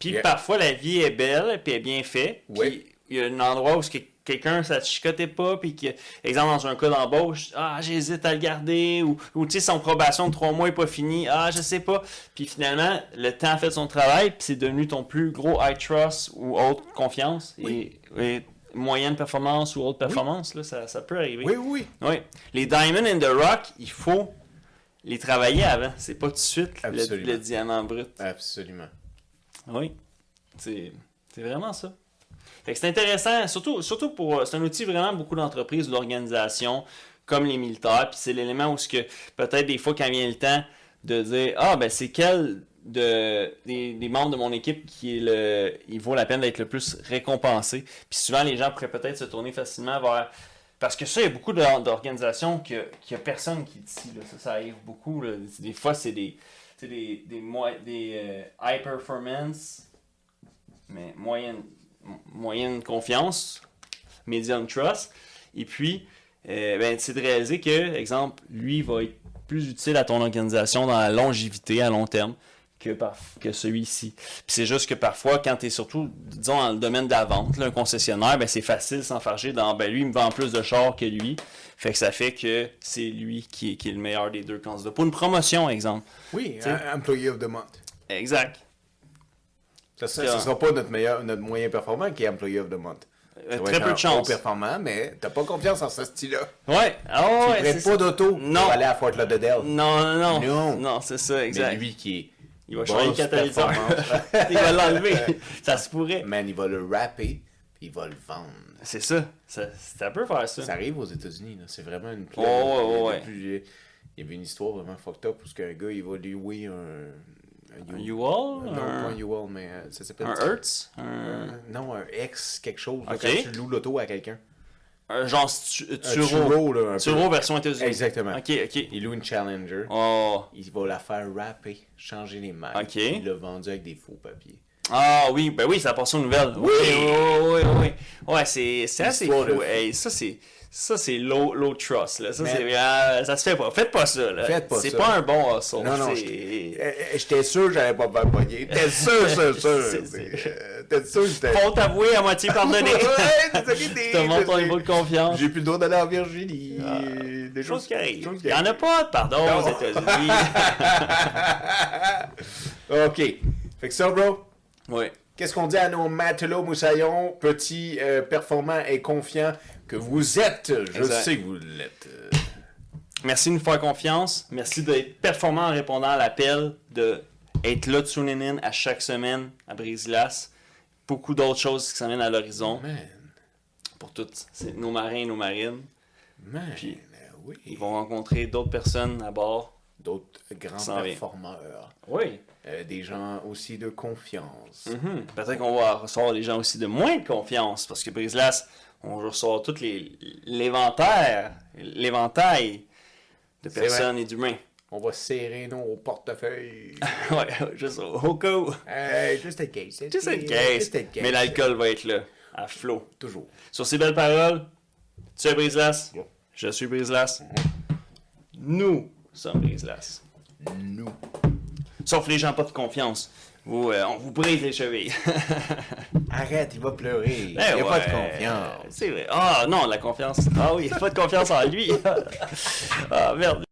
Speaker 2: Puis
Speaker 1: Yeah.
Speaker 2: parfois, la vie est belle, puis elle est bien faite. Puis
Speaker 1: Ouais.
Speaker 2: il y a un endroit où ce que quelqu'un, ça te chicotait pas, puis que, exemple, dans un cas d'embauche, ah, j'hésite à le garder, ou, ou tu sais, son probation de trois mois est pas fini, ah, je sais pas. Puis finalement, le temps a fait son travail, puis c'est devenu ton plus gros high trust ou haute confiance,
Speaker 1: Oui.
Speaker 2: et, et moyenne performance ou haute performance, là, ça, ça peut arriver.
Speaker 1: Oui, oui.
Speaker 2: Oui. Les Diamond in the Rock, il faut les travailler avant. C'est pas tout de suite le,
Speaker 1: Absolument.
Speaker 2: le diamant brut.
Speaker 1: Absolument.
Speaker 2: Oui. C'est c'est vraiment ça. Fait que c'est intéressant, surtout, surtout pour. euh, C'est un outil vraiment beaucoup d'entreprises, d'organisations, comme les militaires. Puis c'est l'élément où ce que peut-être des fois quand vient le temps de dire Ah ben c'est quel de, des, des membres de mon équipe qui est le. Il vaut la peine d'être le plus récompensé. Puis souvent les gens pourraient peut-être se tourner facilement vers. Parce que ça, il y a beaucoup de- d'organisations que- qu'il n'y a personne qui dit. là. Ça, ça arrive beaucoup. là. Des fois, c'est des. sais, des, des, moi- des euh, high performance, mais moyenne, m- moyenne confiance, medium trust. Et puis, euh, ben, c'est de réaliser que, exemple, lui va être plus utile à ton organisation dans la longévité à long terme que, par- que celui-ci. Puis c'est juste que parfois, quand tu es surtout, disons, dans le domaine de la vente, là, un concessionnaire, ben, c'est facile de s'enfarger dans ben, lui, il me vend plus de chars que lui. Fait que ça fait que c'est lui qui est, qui est le meilleur des deux candidats. Pour une promotion, exemple.
Speaker 1: Oui,
Speaker 2: T'sais.
Speaker 1: un employé of the month.
Speaker 2: Exact.
Speaker 1: Ce
Speaker 2: C'est
Speaker 1: ne
Speaker 2: un-
Speaker 1: sera pas notre, meilleur, notre moyen performant qui est employé of the month.
Speaker 2: Euh,
Speaker 1: Ça va
Speaker 2: très
Speaker 1: être
Speaker 2: peu
Speaker 1: un
Speaker 2: de chance.
Speaker 1: haut performant, mais t'as pas confiance en ce style-là.
Speaker 2: Ouais. Ah ouais,
Speaker 1: tu prêtes
Speaker 2: c'est
Speaker 1: pas
Speaker 2: ça.
Speaker 1: d'auto
Speaker 2: Non.
Speaker 1: pour aller à Fort Lauderdale.
Speaker 2: Non, non, non.
Speaker 1: Non.
Speaker 2: c'est ça, exact.
Speaker 1: Mais lui qui est
Speaker 2: il va
Speaker 1: bon
Speaker 2: changer le
Speaker 1: sur
Speaker 2: catalyseur.
Speaker 1: performance.
Speaker 2: il va l'enlever. ça se pourrait.
Speaker 1: Man, il va le rapper, puis il va le vendre.
Speaker 2: C'est ça. Ça, ça peut faire ça.
Speaker 1: Ça arrive aux États-Unis, là. c'est vraiment une plaie.
Speaker 2: Ouais,
Speaker 1: là.
Speaker 2: Oh,
Speaker 1: Il y avait
Speaker 2: ouais, ouais, ouais.
Speaker 1: plus- Il y avait une histoire vraiment fucked up où ce qu'un gars, il va louer un...
Speaker 2: Un
Speaker 1: U-
Speaker 2: U-Haul?
Speaker 1: Non, pas un U-Haul, mais euh, ça s'appelle...
Speaker 2: Un Hertz? Un,
Speaker 1: Un- Non, un ex quelque chose. là,
Speaker 2: Ok.
Speaker 1: quand tu loues l'auto à quelqu'un.
Speaker 2: un genre stu- euh, Turo.
Speaker 1: Turo, là, un peu.
Speaker 2: Turo version États-Unis.
Speaker 1: Exactement.
Speaker 2: Ok, ok.
Speaker 1: Il loue une Challenger.
Speaker 2: Oh.
Speaker 1: Il va la faire rapper, changer les marques.
Speaker 2: Ok.
Speaker 1: Il l'a vendu avec des faux papiers.
Speaker 2: Ah oui, ben oui, ça passe aux nouvelles. Oui, oui, oui, oui. oui. Ouais, c'est c'est assez
Speaker 1: Histoire de
Speaker 2: fou.
Speaker 1: fou.
Speaker 2: Hey, ça, c'est ça c'est low, low trust. Là. Ça,
Speaker 1: Mais-
Speaker 2: c'est, ah, ça se fait pas. Faites pas ça. Là.
Speaker 1: Faites pas
Speaker 2: c'est
Speaker 1: ça.
Speaker 2: pas un bon hustle.
Speaker 1: Non, non,
Speaker 2: c'est...
Speaker 1: j'étais- euh, euh, j'étais sûr que j'allais pas me faire pogner. J'étais sûr, sûr, sûr.
Speaker 2: C'est- c'est-
Speaker 1: Euh, T'es sûr que j'étais...
Speaker 2: Faut t'avouer à moitié pardonné.
Speaker 1: Ouais,
Speaker 2: Je te montre ton niveau de
Speaker 1: désolé,
Speaker 2: confiance.
Speaker 1: J'ai plus le droit d'aller en Virginie. Des
Speaker 2: Des choses Ah, qui arrivent.
Speaker 1: choses qui
Speaker 2: Il y en a
Speaker 1: arrivent.
Speaker 2: pas, pardon,
Speaker 1: Non.
Speaker 2: aux États-Unis.
Speaker 1: OK. Fait que ça, bro,
Speaker 2: oui.
Speaker 1: qu'est-ce qu'on dit à nos matelots moussaillons, petits, euh, performants et confiants que vous êtes? Je
Speaker 2: Exact.
Speaker 1: sais que vous l'êtes. Euh,
Speaker 2: Merci de nous faire confiance. Merci d'être performant en répondant à l'appel, de être là de tuning in à chaque semaine à Brise-Glace. Beaucoup d'autres choses qui s'amènent à l'horizon
Speaker 1: Man,
Speaker 2: pour toutes c'est nos marins et nos marines.
Speaker 1: man,
Speaker 2: Puis,
Speaker 1: euh, oui.
Speaker 2: Ils vont rencontrer d'autres personnes à bord.
Speaker 1: D'autres grands
Speaker 2: S'en vient.
Speaker 1: performeurs.
Speaker 2: Oui.
Speaker 1: Euh, des gens aussi de confiance.
Speaker 2: Mm. Mm-hmm. Peut-être qu'on va recevoir les gens aussi de moins de confiance parce que Brise-Glace, on ressort tout les- l'éventaire, l'éventail de
Speaker 1: C'est vrai.
Speaker 2: personnes et d'humains.
Speaker 1: On va serrer nos portefeuilles.
Speaker 2: ouais, juste au, au cas où.
Speaker 1: hey, just in case.
Speaker 2: Just in case.
Speaker 1: Just in case.
Speaker 2: Mais l'alcool va être là, à flot.
Speaker 1: Toujours.
Speaker 2: Sur ces belles paroles, tu es Brise-Glace.
Speaker 1: Yeah.
Speaker 2: Je suis Brise-Glace. Nous sommes Brise-Glace.
Speaker 1: Nous.
Speaker 2: Sauf les gens pas de confiance. Vous, euh, on vous brise les chevilles.
Speaker 1: Arrête, il va pleurer. Il n'y
Speaker 2: Eh
Speaker 1: a pas de
Speaker 2: ouais,
Speaker 1: confiance.
Speaker 2: C'est vrai. Ah non, la confiance. Ah oui, pas de confiance en lui. ah merde.